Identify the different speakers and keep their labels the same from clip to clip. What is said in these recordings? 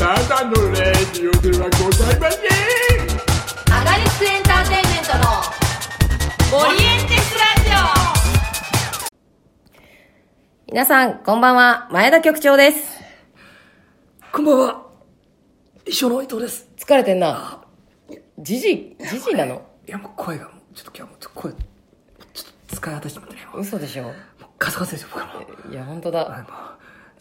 Speaker 1: あなたのレディオではございません
Speaker 2: アガリスクエンターテインメントのオリエンテスラジオ
Speaker 3: 皆さん、こんばんは。前田局長です。
Speaker 4: こんばんは。一緒の伊藤です。
Speaker 3: 疲れてんな。じじ、じじいなの
Speaker 4: いや、もう声がもう、ちょっと今日はもう声、ちょっと使い果たしてもらってね、もう
Speaker 3: 嘘でしょ
Speaker 4: もうカサカサですよ、僕はもう。
Speaker 3: いや、本当
Speaker 4: あ
Speaker 3: だ。
Speaker 4: もう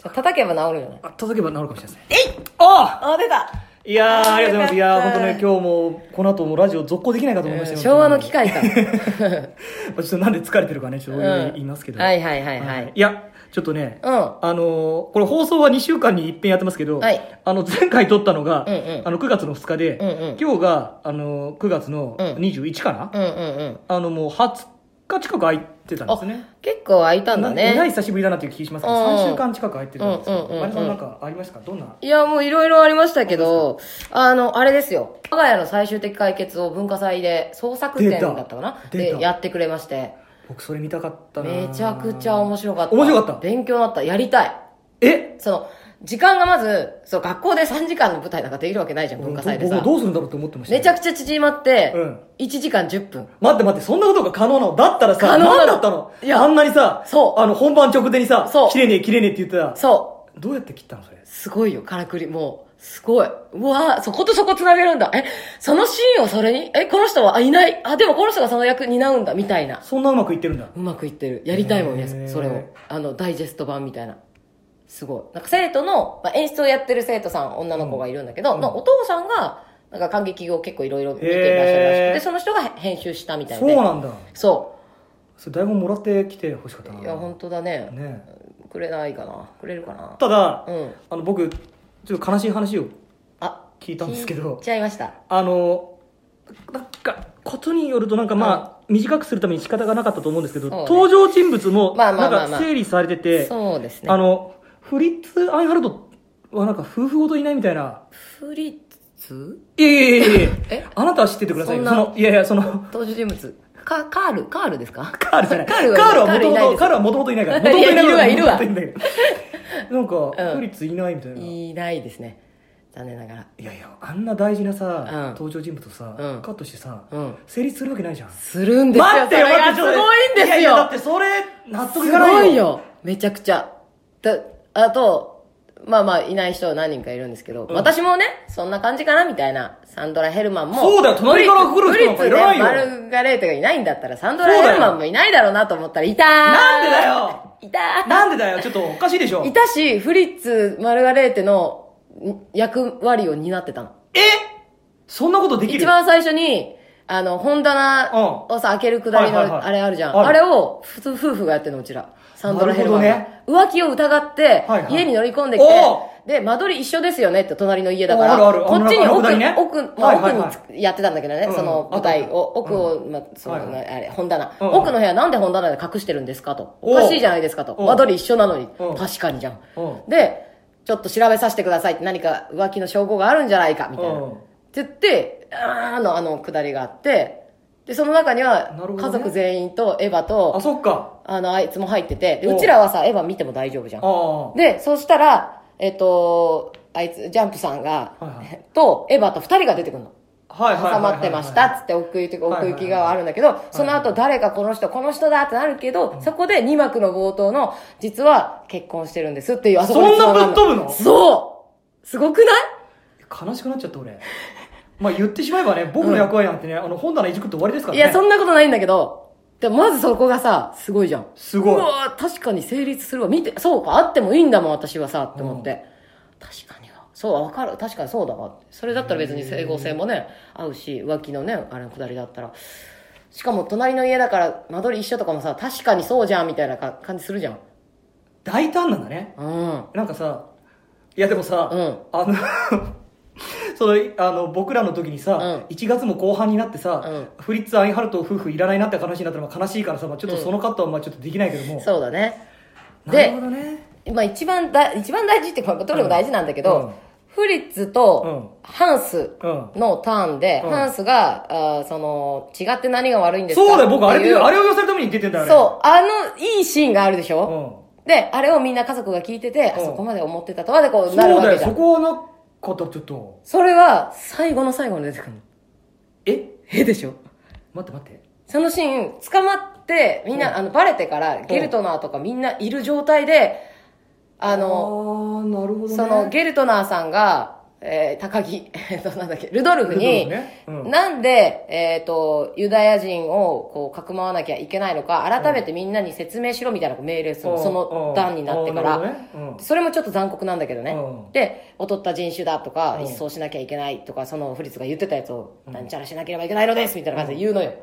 Speaker 3: じゃあ叩けば治るじゃない
Speaker 4: あ届けば治るかもしれないですね。えいあ
Speaker 3: あ、出た、
Speaker 4: いやー、ありがとうございます。いや
Speaker 3: よか
Speaker 4: ー、
Speaker 3: った
Speaker 4: 本当ね、今日も、この後もうラジオ続行できないかと思いました
Speaker 3: えー
Speaker 4: よ
Speaker 3: 昭和の機。械か。
Speaker 4: まあちょっとなんで疲れてるかね、ちょっとおいおい言いますけど。
Speaker 3: うんはいはいはいはい
Speaker 4: いや、ちょっとね、
Speaker 3: うん
Speaker 4: あのーこれ放送は2週間に一遍やってますけど、
Speaker 3: はい
Speaker 4: あの、前回撮ったのが、
Speaker 3: うんうん
Speaker 4: あの、9月の2日で、
Speaker 3: うんうん
Speaker 4: 今日が、あのー、9月の
Speaker 3: うん
Speaker 4: 21かな、
Speaker 3: うんうんうん。
Speaker 4: あの、もう20日近く空いてたんで
Speaker 3: あ
Speaker 4: すね。、
Speaker 3: 結構空いたんだ
Speaker 4: なえらい
Speaker 3: ね。
Speaker 4: 久しぶりだなという気しますけ
Speaker 3: う
Speaker 4: ど、
Speaker 3: ん
Speaker 4: 3週間近く空いてたんですけ
Speaker 3: うんうんうんう
Speaker 4: ど、
Speaker 3: ん
Speaker 4: あれさんなんかありましたかどんない
Speaker 3: や、もういろいろありましたけど、あの、あれですよ。我が家の最終的解決を文化祭で創作展
Speaker 4: 出た
Speaker 3: だったかな
Speaker 4: 出
Speaker 3: で
Speaker 4: た
Speaker 3: やってくれまして。
Speaker 4: 僕それ見たかったな
Speaker 3: めちゃくちゃ面白かった。
Speaker 4: 面白かった
Speaker 3: 勉強になった。やりたい。
Speaker 4: え
Speaker 3: その、時間がまず、そう、学校で3時間の舞台なんかできるわけないじゃん、文化祭で
Speaker 4: 僕
Speaker 3: さ
Speaker 4: も。どうするんだろうと思ってましたよ
Speaker 3: めちゃくちゃ縮まって
Speaker 4: うん、
Speaker 3: 1時間10分。
Speaker 4: 待って待って、そんなことが可能なのだったらさ、
Speaker 3: 可能なの
Speaker 4: 何だったの
Speaker 3: いや
Speaker 4: あんなにさ、
Speaker 3: そう
Speaker 4: あの、本番直前にさ、
Speaker 3: そう
Speaker 4: 切れねえ切れねえって言ってた。
Speaker 3: そ
Speaker 4: どうやって切ったのそれ
Speaker 3: う。。すごいよ、からくり。もう、すごい。うわぁ、そことそこ繋げるんだ。え、そのシーンをそれにえ、この人は、あ、いない。あ、でもこの人がその役担うんだ、みたいな。
Speaker 4: そんなうまくいってるんだ。
Speaker 3: うまくいってる。やりたいもん
Speaker 4: へ
Speaker 3: ね、
Speaker 4: ー
Speaker 3: それを。あの、ダイジェスト版みたいな。すごい。なんか生徒の、まあ、演出をやってる生徒さん、女の子がいるんだけど、
Speaker 4: うん
Speaker 3: のお父さんが、なんか感激を結構いろいろ見ていらっしゃるらしく
Speaker 4: へ
Speaker 3: て、
Speaker 4: ー
Speaker 3: その人が編集したみたい
Speaker 4: そ
Speaker 3: で。
Speaker 4: うなんだ。
Speaker 3: そ
Speaker 4: それ台本もらってきてほしかったな。
Speaker 3: う。いや、本当だね。
Speaker 4: ね
Speaker 3: くれないかな。くれるかな。
Speaker 4: ただ、
Speaker 3: うん。
Speaker 4: あの、僕、ちょっと悲しい話を
Speaker 3: あ、
Speaker 4: 聞いたんですけ
Speaker 3: 聞い
Speaker 4: ど、
Speaker 3: ちゃいました。
Speaker 4: あの、なんか、ことによるとなんかまあ、短くするために仕方がなかったと思うんですけど、
Speaker 3: そうね
Speaker 4: 登場人物も、
Speaker 3: まあ
Speaker 4: な
Speaker 3: まあまあまあ
Speaker 4: んか整理されてて、
Speaker 3: そうですね。
Speaker 4: あ、の、フリッツ・アイハルトはなんか夫婦ごといないみたいな、
Speaker 3: フリッツ
Speaker 4: いやいやいやいや
Speaker 3: え
Speaker 4: あなたは知っててくださいよ。
Speaker 3: そ
Speaker 4: そ
Speaker 3: んな
Speaker 4: の、いやいや、その、
Speaker 3: 登場人物。か、カールカールですか
Speaker 4: カールじゃない。
Speaker 3: カ
Speaker 4: カ
Speaker 3: ー
Speaker 4: ー
Speaker 3: ル
Speaker 4: ル
Speaker 3: は
Speaker 4: は
Speaker 3: カール
Speaker 4: もと
Speaker 3: い
Speaker 4: も
Speaker 3: ないです
Speaker 4: と、カールはもともといないから。
Speaker 3: い
Speaker 4: も
Speaker 3: や
Speaker 4: ともといないから。
Speaker 3: いるわ
Speaker 4: 元々いないからなんか、
Speaker 3: うん
Speaker 4: フリッツいないみたいな。い
Speaker 3: いないですね。残念ながら。
Speaker 4: やいや、あんな大事なさ
Speaker 3: うん、
Speaker 4: 登場人物をさ、
Speaker 3: うん
Speaker 4: カットしてさ
Speaker 3: うん、
Speaker 4: 成立するわけないじゃん。
Speaker 3: するんですよ。それがす
Speaker 4: ちょっ
Speaker 3: ご
Speaker 4: と
Speaker 3: いんですよ。
Speaker 4: ややだってそれ、納得い
Speaker 3: す
Speaker 4: かないよ。
Speaker 3: ごいよ。めちゃくちゃ。だ、あと、まあまあ、いない人は何人かいるんですけど、
Speaker 4: ん
Speaker 3: 私もね、そんな感じかなみたいな、サンドラ・ヘルマンも。
Speaker 4: そうだよ隣から来る人なん
Speaker 3: フ
Speaker 4: か
Speaker 3: リッツ
Speaker 4: いらないよ
Speaker 3: フリッツでマルガレーテがいないんだったら、サンド
Speaker 4: そ
Speaker 3: ラ・
Speaker 4: うだ
Speaker 3: ヘ
Speaker 4: よ
Speaker 3: ルマンもいないだろうなと思ったら、いたー
Speaker 4: なんでだよ
Speaker 3: いた
Speaker 4: なんでだよ、ちょっとおかしいでしょ
Speaker 3: ーい。たし、フリッツ・マルガレーテのん役割を担ってたの。
Speaker 4: えそんなことできる
Speaker 3: 一番最初に、あの、本棚をさ、開けるくだり
Speaker 4: はいはいは
Speaker 3: の、
Speaker 4: い
Speaker 3: あれあるじゃん。
Speaker 4: ある
Speaker 3: あれを、普通夫婦がやってんの、うちら。サンドラヘルマン
Speaker 4: な
Speaker 3: が
Speaker 4: る。
Speaker 3: 浮気を疑って
Speaker 4: はいは、い
Speaker 3: 家に乗り込んできて
Speaker 4: お、
Speaker 3: で、間取り一緒ですよねって、隣の家だか
Speaker 4: おあるあ
Speaker 3: ら、
Speaker 4: る
Speaker 3: こっちに
Speaker 4: あの
Speaker 3: 奥
Speaker 4: くだりね、
Speaker 3: 奥、まあ
Speaker 4: はいはいはい
Speaker 3: 奥にやってたんだけどね
Speaker 4: う、ん
Speaker 3: その舞台を、
Speaker 4: あった
Speaker 3: 奥を、まあ、そう
Speaker 4: はいは
Speaker 3: ね、あれ、本棚。
Speaker 4: うん
Speaker 3: 奥の部屋なんで本棚で隠してるんですかと。
Speaker 4: お
Speaker 3: おかしいじゃないですかと。
Speaker 4: お
Speaker 3: 間取り一緒なのに
Speaker 4: う。ん
Speaker 3: 確かにじゃん
Speaker 4: う。
Speaker 3: で、ちょっと調べさせてくださいって何か浮気の証拠があるんじゃないか、みたいな
Speaker 4: うん。
Speaker 3: って言って、あーのあのくだりがあって、で、その中には
Speaker 4: なるほど、ね
Speaker 3: 家族全員とエヴァ
Speaker 4: あ、
Speaker 3: と、
Speaker 4: そっか。
Speaker 3: あの、あいつも入ってて、で
Speaker 4: おう
Speaker 3: うちらはさ、エヴァ見ても大丈夫じゃん。
Speaker 4: あ
Speaker 3: で、そしたら、えっと、あいつ、ジャンプさんが
Speaker 4: はいはい、
Speaker 3: と、エヴァと二人が出てくるの。
Speaker 4: あ。はいはいはいはいは
Speaker 3: 挟
Speaker 4: い。
Speaker 3: まってましたっつって奥行き
Speaker 4: はいは
Speaker 3: 奥
Speaker 4: い
Speaker 3: 行きがあるんだけど、その後誰かこの人、この人だってなるけど、そこで2幕の冒頭の、実は結婚してるんですっていう、あこに繋がる
Speaker 4: そんなぶっ飛ぶの
Speaker 3: そうすごくない
Speaker 4: 悲しくなっちゃった俺まあ言ってしまえばね僕の役割なんてね、あの本棚いじくって終わりですから
Speaker 3: い
Speaker 4: ね
Speaker 3: や、そんなことないんだけど、でもまずそこがさ、すごいじゃん。
Speaker 4: すごいう
Speaker 3: わ確かに成立するわ。見て、そうか、あってもいいんだもん、私はさ、って思って。
Speaker 4: う
Speaker 3: 確かにわそう、わかる。確かにそうだわ。それだったら別に整合性もね、合うし、浮気のね、あれのくだりだったら。しかも、隣の家だから、間取り一緒とかもさ、確かにそうじゃん、みたいなか感じするじゃん。
Speaker 4: 大胆なんだね
Speaker 3: うん。
Speaker 4: なんかさいやでもさ、
Speaker 3: うん
Speaker 4: あの そのあの僕らの時にさ、
Speaker 3: う
Speaker 4: 1月も後半になってさ、
Speaker 3: う
Speaker 4: フリッツ・アインハルト夫婦いらないなって話になったのが悲しいからさ、まあ、ちょっとそのカットはまあちょっとできないけども、
Speaker 3: そうだね。
Speaker 4: なるほどね
Speaker 3: まあ一番だ、一番大事って、まあどれも大事なんだけど、
Speaker 4: うん
Speaker 3: フリッツとハンスのターンで、
Speaker 4: うん
Speaker 3: ハンスが、あーその、違って何が悪いんですか
Speaker 4: そうだよ僕あれ
Speaker 3: っていう
Speaker 4: あれを言わせるために出てんだよあれ
Speaker 3: そう、あの、いいシーンがあるでし
Speaker 4: う
Speaker 3: ょ、
Speaker 4: ん
Speaker 3: で、あれをみんな家族が聞いてて、あ
Speaker 4: うん
Speaker 3: そこまで思ってたとはでこう
Speaker 4: そう
Speaker 3: なるわ
Speaker 4: だ
Speaker 3: け
Speaker 4: よ
Speaker 3: じゃ
Speaker 4: そ
Speaker 3: ん。
Speaker 4: こはなかだってと
Speaker 3: それは最後の最後に出てくるの。
Speaker 4: え
Speaker 3: えでしょ
Speaker 4: 待って待って
Speaker 3: そのシーン、捕まって、みんな、あの、バレてから、ゲルトナーとかみんないる状態で、あ
Speaker 4: あ
Speaker 3: の、
Speaker 4: ーなるほどね
Speaker 3: その、ゲルトナーさんが、えー高木、 えっと、なんだっけ、ルドルフに、
Speaker 4: ルドルフねうん
Speaker 3: なんで、えっ、と、ユダヤ人を、こう、かくまわなきゃいけないのか、改めてみんなに説明しろみたいな命令するの、
Speaker 4: うん
Speaker 3: その段になってか
Speaker 4: あーな
Speaker 3: ら
Speaker 4: る。ほどね
Speaker 3: それもちょっと残酷なんだけどね。
Speaker 4: うん
Speaker 3: で、劣った人種だとか、
Speaker 4: うん
Speaker 3: 一掃しなきゃいけないとか、そのフリッツが言ってたやつを、なんちゃらしなければいけないのですみたいな感じで言うのよ。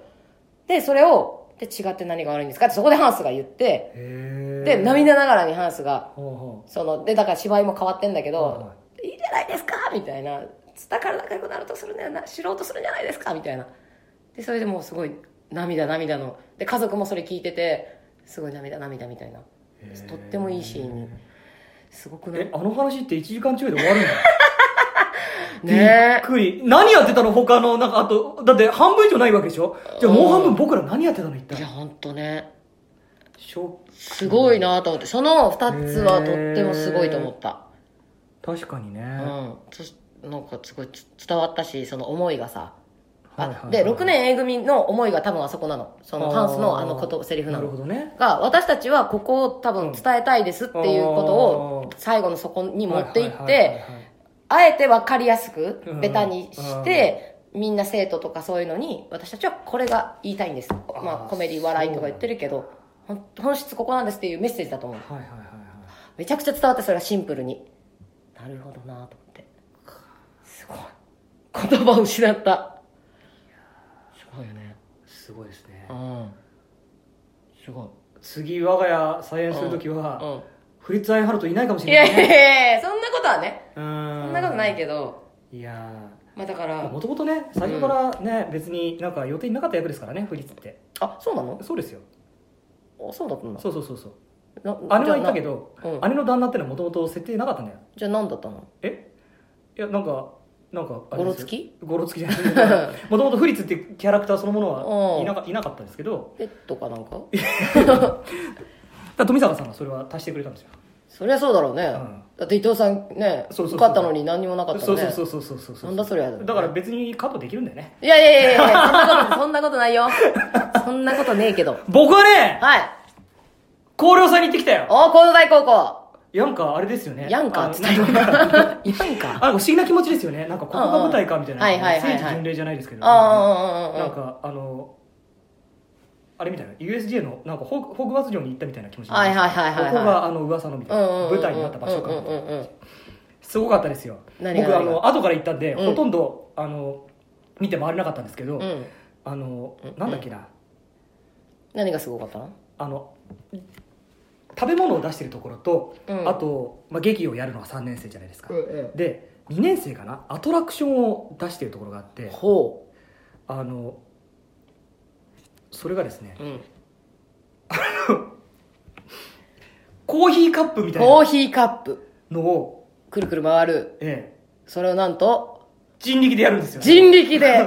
Speaker 3: で、それを、で、違って何が悪いんですかってそこでハンスが言って、
Speaker 4: うん、
Speaker 3: で、涙ながらにハンスが、
Speaker 4: ほうほ
Speaker 3: その、で、だから芝居も変わってんだけ
Speaker 4: はい
Speaker 3: ど
Speaker 4: は、
Speaker 3: いいじゃないですかみたいな。だから仲良くなるとするんだよな、知ろうとするんじゃないですかみたいな。で、それでもうすごい、涙涙の。で、家族もそれ聞いてて、すごい涙涙みたいな。とってもいいシーンに。すごく
Speaker 4: う
Speaker 3: ない
Speaker 4: えあの話って1時間ちょいで終わるんだ
Speaker 3: ね
Speaker 4: びっくり何やってたの他のなんかあとだって半分以上ないわけでしょじゃあもう半分僕ら何やってたの一
Speaker 3: え。いや、
Speaker 4: 体
Speaker 3: ほんとね。
Speaker 4: ショック
Speaker 3: すごいなと思って。その二つはとってもすごいと思った。
Speaker 4: 確かにね、
Speaker 3: うん。そしなんかすごいつ伝わったし、その思いがさ。
Speaker 4: はいはいは
Speaker 3: あ
Speaker 4: い
Speaker 3: で、6年 A 組の思いが多分あそこなの。そのハンスのあのこと、
Speaker 4: ー
Speaker 3: セリフな
Speaker 4: なる
Speaker 3: の
Speaker 4: ほ。どね
Speaker 3: が、私たちはここを多分伝えたいですっていうことを
Speaker 4: あー
Speaker 3: 最後のそこに持っていっ
Speaker 4: はいはいはい
Speaker 3: て、あえて分かりやすく
Speaker 4: うん
Speaker 3: ベタにして、みんな生徒とかそういうのに私たちはこれが言いたいんです
Speaker 4: ー
Speaker 3: まあコメディ笑いとか言ってるけどほん本質ここなんですっていうメッセージだと思う
Speaker 4: はいはいはいはいはい
Speaker 3: めちゃくちゃ伝わってそれがシンプルになるほどなと思ってすごい言葉を失ったすごいよね
Speaker 4: すごいですね
Speaker 3: うんすごい
Speaker 4: 次我が家再演するときは、
Speaker 3: うん
Speaker 4: フリッツ・アインハルトいないかもし
Speaker 3: い
Speaker 4: れ
Speaker 3: や
Speaker 4: ないい、ね、
Speaker 3: やいやそんなことはね
Speaker 4: そ
Speaker 3: そん
Speaker 4: ん
Speaker 3: なことないけ
Speaker 4: ど
Speaker 3: ど
Speaker 4: いや
Speaker 3: まあだから
Speaker 4: もともとね最初からね、別になんか予定になかった役ですからねフリッツって
Speaker 3: あそうなの
Speaker 4: そうですよ
Speaker 3: あそうだったんだ
Speaker 4: そうそうそうそう
Speaker 3: な
Speaker 4: 姉
Speaker 3: じゃ
Speaker 4: は
Speaker 3: あ
Speaker 4: 言
Speaker 3: な
Speaker 4: ったけど、
Speaker 3: うん
Speaker 4: 姉の旦那ってのはもともと設定なかったんだよ
Speaker 3: じゃあ何だったの
Speaker 4: えいやなんかなんかあれ
Speaker 3: ゴロ
Speaker 4: です
Speaker 3: つ
Speaker 4: よ
Speaker 3: き
Speaker 4: ゴロつきじゃない もともとフリッツっていうキャラクターそのもの
Speaker 3: う
Speaker 4: は
Speaker 3: ん
Speaker 4: いなかいなかったんですけど
Speaker 3: ペットかなんか
Speaker 4: だから富坂さんがそれは足してくれたんですよ
Speaker 3: そりゃそうだろうね、
Speaker 4: ん
Speaker 3: だって伊藤さんね
Speaker 4: そうそうそう
Speaker 3: 受かったのに何にもなかった
Speaker 4: そ
Speaker 3: の
Speaker 4: う
Speaker 3: ね
Speaker 4: そうそうそうそうそう
Speaker 3: なんだそりゃ
Speaker 4: だから別にカットできるんだよね
Speaker 3: いやいやいやいやそんなことそんなことないよそんなことねえけど
Speaker 4: 僕はね
Speaker 3: はい
Speaker 4: 広陵さんに行ってきたよ
Speaker 3: お高度大高校
Speaker 4: やんかあれですよね
Speaker 3: ヤンカー
Speaker 4: あ
Speaker 3: っつっ
Speaker 4: なん か
Speaker 3: たよヤンカー
Speaker 4: あなんか不思議な気持ちですよねなんかここが舞台かみたいな
Speaker 3: うんうんはいはいはいはい
Speaker 4: 聖地巡礼じゃないですけど
Speaker 3: ああ
Speaker 4: なんかあのあれみたいな USJ のなんかホークホークワーツ城に行ったみたいな気持ちになりました
Speaker 3: はいはいはいはいはい
Speaker 4: ここがあの噂のみたいな舞台になった場所か
Speaker 3: うん
Speaker 4: み
Speaker 3: うん
Speaker 4: た
Speaker 3: うん
Speaker 4: いな
Speaker 3: うんうん
Speaker 4: すごかったですよ
Speaker 3: 何が
Speaker 4: 僕あ
Speaker 3: 何
Speaker 4: の後から行ったんで、
Speaker 3: うん
Speaker 4: ほとんどあの見て回れなかったんですけ
Speaker 3: う
Speaker 4: ど、
Speaker 3: ん
Speaker 4: あのなんだっけな
Speaker 3: 何がすごかったの
Speaker 4: あの食べ物を出してるところと、
Speaker 3: うん
Speaker 4: あと、まあ、劇をやるのが3年生じゃないですか、
Speaker 3: うん
Speaker 4: で2年生かなアトラクションを出してるところがあって
Speaker 3: ほ
Speaker 4: あのそれがですね
Speaker 3: う、うん、
Speaker 4: コーヒーカップみたい
Speaker 3: コー
Speaker 4: な
Speaker 3: ヒーカップ
Speaker 4: のを、
Speaker 3: くるくる回る
Speaker 4: ええ、
Speaker 3: それをなんと
Speaker 4: 人力でやるんですよ
Speaker 3: 人力 で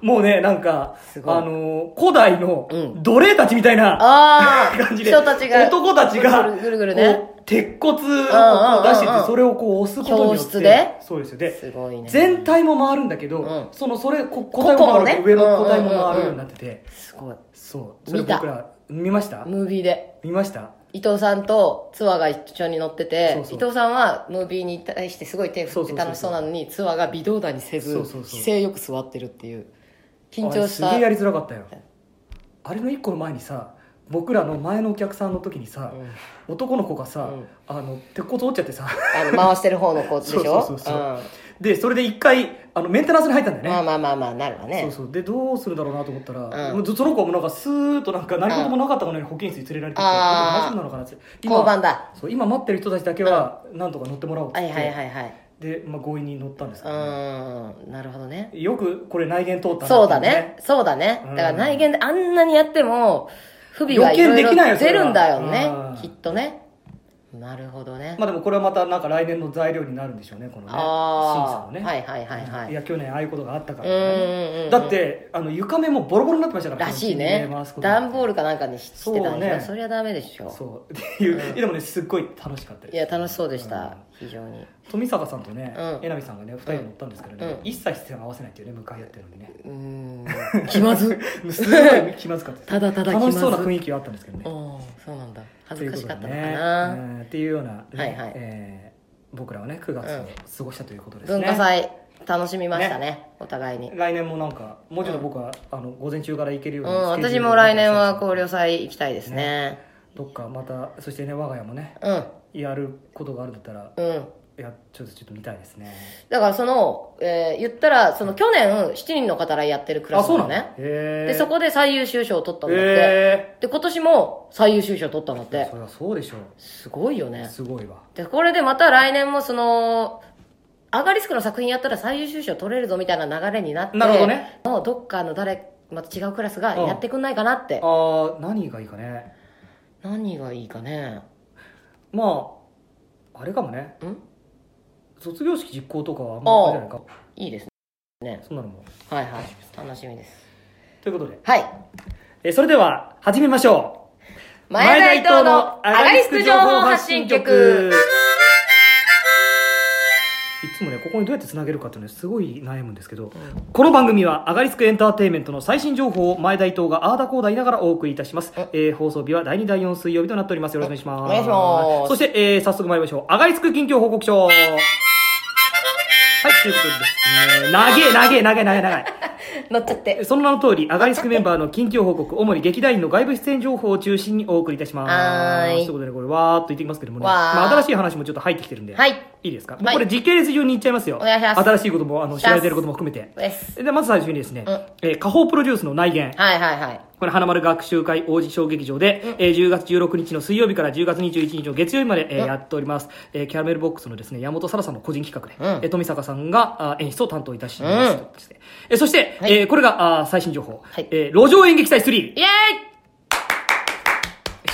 Speaker 4: もうねなんか
Speaker 3: すごい
Speaker 4: あの古代の
Speaker 3: うん
Speaker 4: 奴隷たちみたいな
Speaker 3: ああ
Speaker 4: 感じで、
Speaker 3: 人たちが
Speaker 4: 男たちが
Speaker 3: ぐるぐるぐるね
Speaker 4: こう鉄骨をこう出して
Speaker 3: うんうんうんう
Speaker 4: て
Speaker 3: ん
Speaker 4: それをこう押すことによって
Speaker 3: 教室で
Speaker 4: そうですよです
Speaker 3: ごいね
Speaker 4: 全体も回るんだけど、
Speaker 3: うん
Speaker 4: そのそれこ
Speaker 3: 個
Speaker 4: 個体も
Speaker 3: も
Speaker 4: 回
Speaker 3: ね
Speaker 4: る、上の個体
Speaker 3: うん
Speaker 4: も
Speaker 3: うんうんうん
Speaker 4: 回るようになってて、
Speaker 3: すごい
Speaker 4: そうそれ
Speaker 3: 見た
Speaker 4: 僕ら見ました
Speaker 3: ムービーで
Speaker 4: 見ました
Speaker 3: 伊藤さんとツアーが一緒に乗ってて
Speaker 4: そうそう
Speaker 3: 伊藤さんはムービーに対してすごい手振
Speaker 4: そう
Speaker 3: っ
Speaker 4: そう
Speaker 3: て
Speaker 4: そうそう
Speaker 3: 楽しそうなのにツアーが微動だにせず
Speaker 4: そうそうそう
Speaker 3: 姿勢よく座ってるっていう緊
Speaker 4: あ
Speaker 3: 張
Speaker 4: れ
Speaker 3: した
Speaker 4: すげえやりづらかったよあれの一個の前にさ僕らの前のお客さんの時にさ、男の子がさ、
Speaker 3: うん
Speaker 4: あの鉄骨折っちゃってさ
Speaker 3: あの回してる方の子でしょ
Speaker 4: そうそうそうそうでそれで一回あのメンテナンスに入ったんだよ
Speaker 3: うん
Speaker 4: ね、
Speaker 3: まあまあまあまあなるわね
Speaker 4: そうそうでどうするんだろうなと思ったら、
Speaker 3: うん
Speaker 4: もうその子もなんかスーッとなんか何事もなかったかのように保健室に連れられてて、
Speaker 3: あー
Speaker 4: 大丈夫なのかなって今
Speaker 3: 交番だ
Speaker 4: そう今待ってる人たちだけはなんとか乗ってもらおうっつ
Speaker 3: は
Speaker 4: って、
Speaker 3: いはいはいはい
Speaker 4: で、まあ、強引に乗ったんです
Speaker 3: う
Speaker 4: けどね、
Speaker 3: ーんなるほどね
Speaker 4: よくこれ内言通ったな
Speaker 3: そうだねそうだね
Speaker 4: うん
Speaker 3: だから内見であんなにやっても不備がい
Speaker 4: 予
Speaker 3: ろ
Speaker 4: 見
Speaker 3: いろ
Speaker 4: できないよそ
Speaker 3: 出
Speaker 4: れは
Speaker 3: るんだよね
Speaker 4: うん
Speaker 3: きっとねなるほどね
Speaker 4: まあでもこれはまたなんか来年の材料になるんでしょうねこのね審査
Speaker 3: あ
Speaker 4: の
Speaker 3: あ
Speaker 4: ね、
Speaker 3: はいはいはいはい
Speaker 4: いや去年ああいうことがあったから、
Speaker 3: うんうんうんうん
Speaker 4: だってあの床面もボロボロになってましたから
Speaker 3: らしいね
Speaker 4: 回すこと
Speaker 3: 段ボールかなんかにししてたんでしょ
Speaker 4: そうね
Speaker 3: そりゃダメでしょ
Speaker 4: そうっていう、でもねすっごい楽しかったです
Speaker 3: いや楽しそうでした、非常に
Speaker 4: 富坂さんとね、
Speaker 3: うん
Speaker 4: えなみさんがね2人で乗ったんですけどね、
Speaker 3: うん
Speaker 4: 一切視線を合わせないっていうね向かい合ってるのにね
Speaker 3: うーん気まず
Speaker 4: すごい気まずかったです
Speaker 3: ただただ気まず
Speaker 4: 楽しそうな雰囲気はあったんですけどね
Speaker 3: おーそうなんだ
Speaker 4: と
Speaker 3: 恥
Speaker 4: い
Speaker 3: ず
Speaker 4: う
Speaker 3: か
Speaker 4: こ
Speaker 3: しか
Speaker 4: とで
Speaker 3: ったのか
Speaker 4: ね
Speaker 3: な、
Speaker 4: うんっていうような、ね
Speaker 3: はいはい
Speaker 4: えー僕らはね9月
Speaker 3: うん
Speaker 4: を過ごしたということですね、
Speaker 3: 文化祭楽しみましたねお互いに
Speaker 4: 来年もなんかもうちょっと僕は、あの午前中から行けるよう
Speaker 3: う
Speaker 4: に
Speaker 3: ん、
Speaker 4: スケジュール
Speaker 3: 私も来年は交流祭行きたいですね
Speaker 4: どっかまたそしてね我が家もねやることがあるんだったら
Speaker 3: うんうん
Speaker 4: いやちょっとちょっと見たいですね
Speaker 3: だからその、えー言ったらその去年7人の方らやってるクラ
Speaker 4: あ
Speaker 3: ス
Speaker 4: そう
Speaker 3: な
Speaker 4: な
Speaker 3: の
Speaker 4: ん
Speaker 3: ね
Speaker 4: だへ
Speaker 3: でそこで最優秀賞を取ったんだって、
Speaker 4: へ
Speaker 3: で今年も最優秀賞取ったんだっ
Speaker 4: え
Speaker 3: て
Speaker 4: そりゃそうでしょ
Speaker 3: すごいよね
Speaker 4: すごいわ
Speaker 3: でこれでまた来年もそのアガリスクの作品やったら最優秀賞取れるぞみたいな流れになって
Speaker 4: なるほどね
Speaker 3: のどっかの誰また違うクラスが
Speaker 4: うん
Speaker 3: やってくんないかなって、
Speaker 4: あー何がいいかね
Speaker 3: 何がいいかね
Speaker 4: まああれかもね
Speaker 3: ん
Speaker 4: 卒業式実行とかはあんまりじゃないか
Speaker 3: いいですね
Speaker 4: そんなのも
Speaker 3: はいはい楽しみです
Speaker 4: ということで、
Speaker 3: はい
Speaker 4: えーそれでは始めましょう
Speaker 3: 前田伊藤のアガリスク情報発信局
Speaker 4: いつもねここにどうやってつなげるかっていうのねすごい悩むんですけど、この番組はアガリスクエンターテインメントの最新情報を前田伊藤があーだこうだ言いながらお送りいたします、えー放送日は第2第4水曜日となっておりますよろしくお願いします
Speaker 3: お願いします
Speaker 4: そして、えー早速参りましょうアガリスク近況報告書はいということでですね長え長え長え長え長い
Speaker 3: 乗っちゃって
Speaker 4: その名の通り、アガリスクメンバーの近況報告、主に劇団員の外部出演情報を中心にお送りいたします。
Speaker 3: はーい
Speaker 4: ということでね、これ、わーっと言ってきますけどもね、
Speaker 3: わー
Speaker 4: まあ、新しい話もちょっと入ってきてるんで、
Speaker 3: はい
Speaker 4: いいですか、
Speaker 3: はい
Speaker 4: これ、時系列順に言っちゃいますよ。
Speaker 3: お願いします
Speaker 4: 新しいことも、あの、知られてることも含めて。
Speaker 3: です
Speaker 4: で、まず最初にですね、
Speaker 3: うん
Speaker 4: えー、下方プロデュースの内言。
Speaker 3: はいはいはい
Speaker 4: これ、花丸学習会王子小劇場で、えー10月16日の水曜日から10月21日の月曜日まで、えーやっております。えーキャラメルボックスのですね、山本沙羅さんの個人企画で、
Speaker 3: うん
Speaker 4: えー富坂さんがあー演出を担当いたしますとですね。えーそして、えーこれがあー最新情報。
Speaker 3: はい
Speaker 4: えー路上演劇祭3。
Speaker 3: イエーイ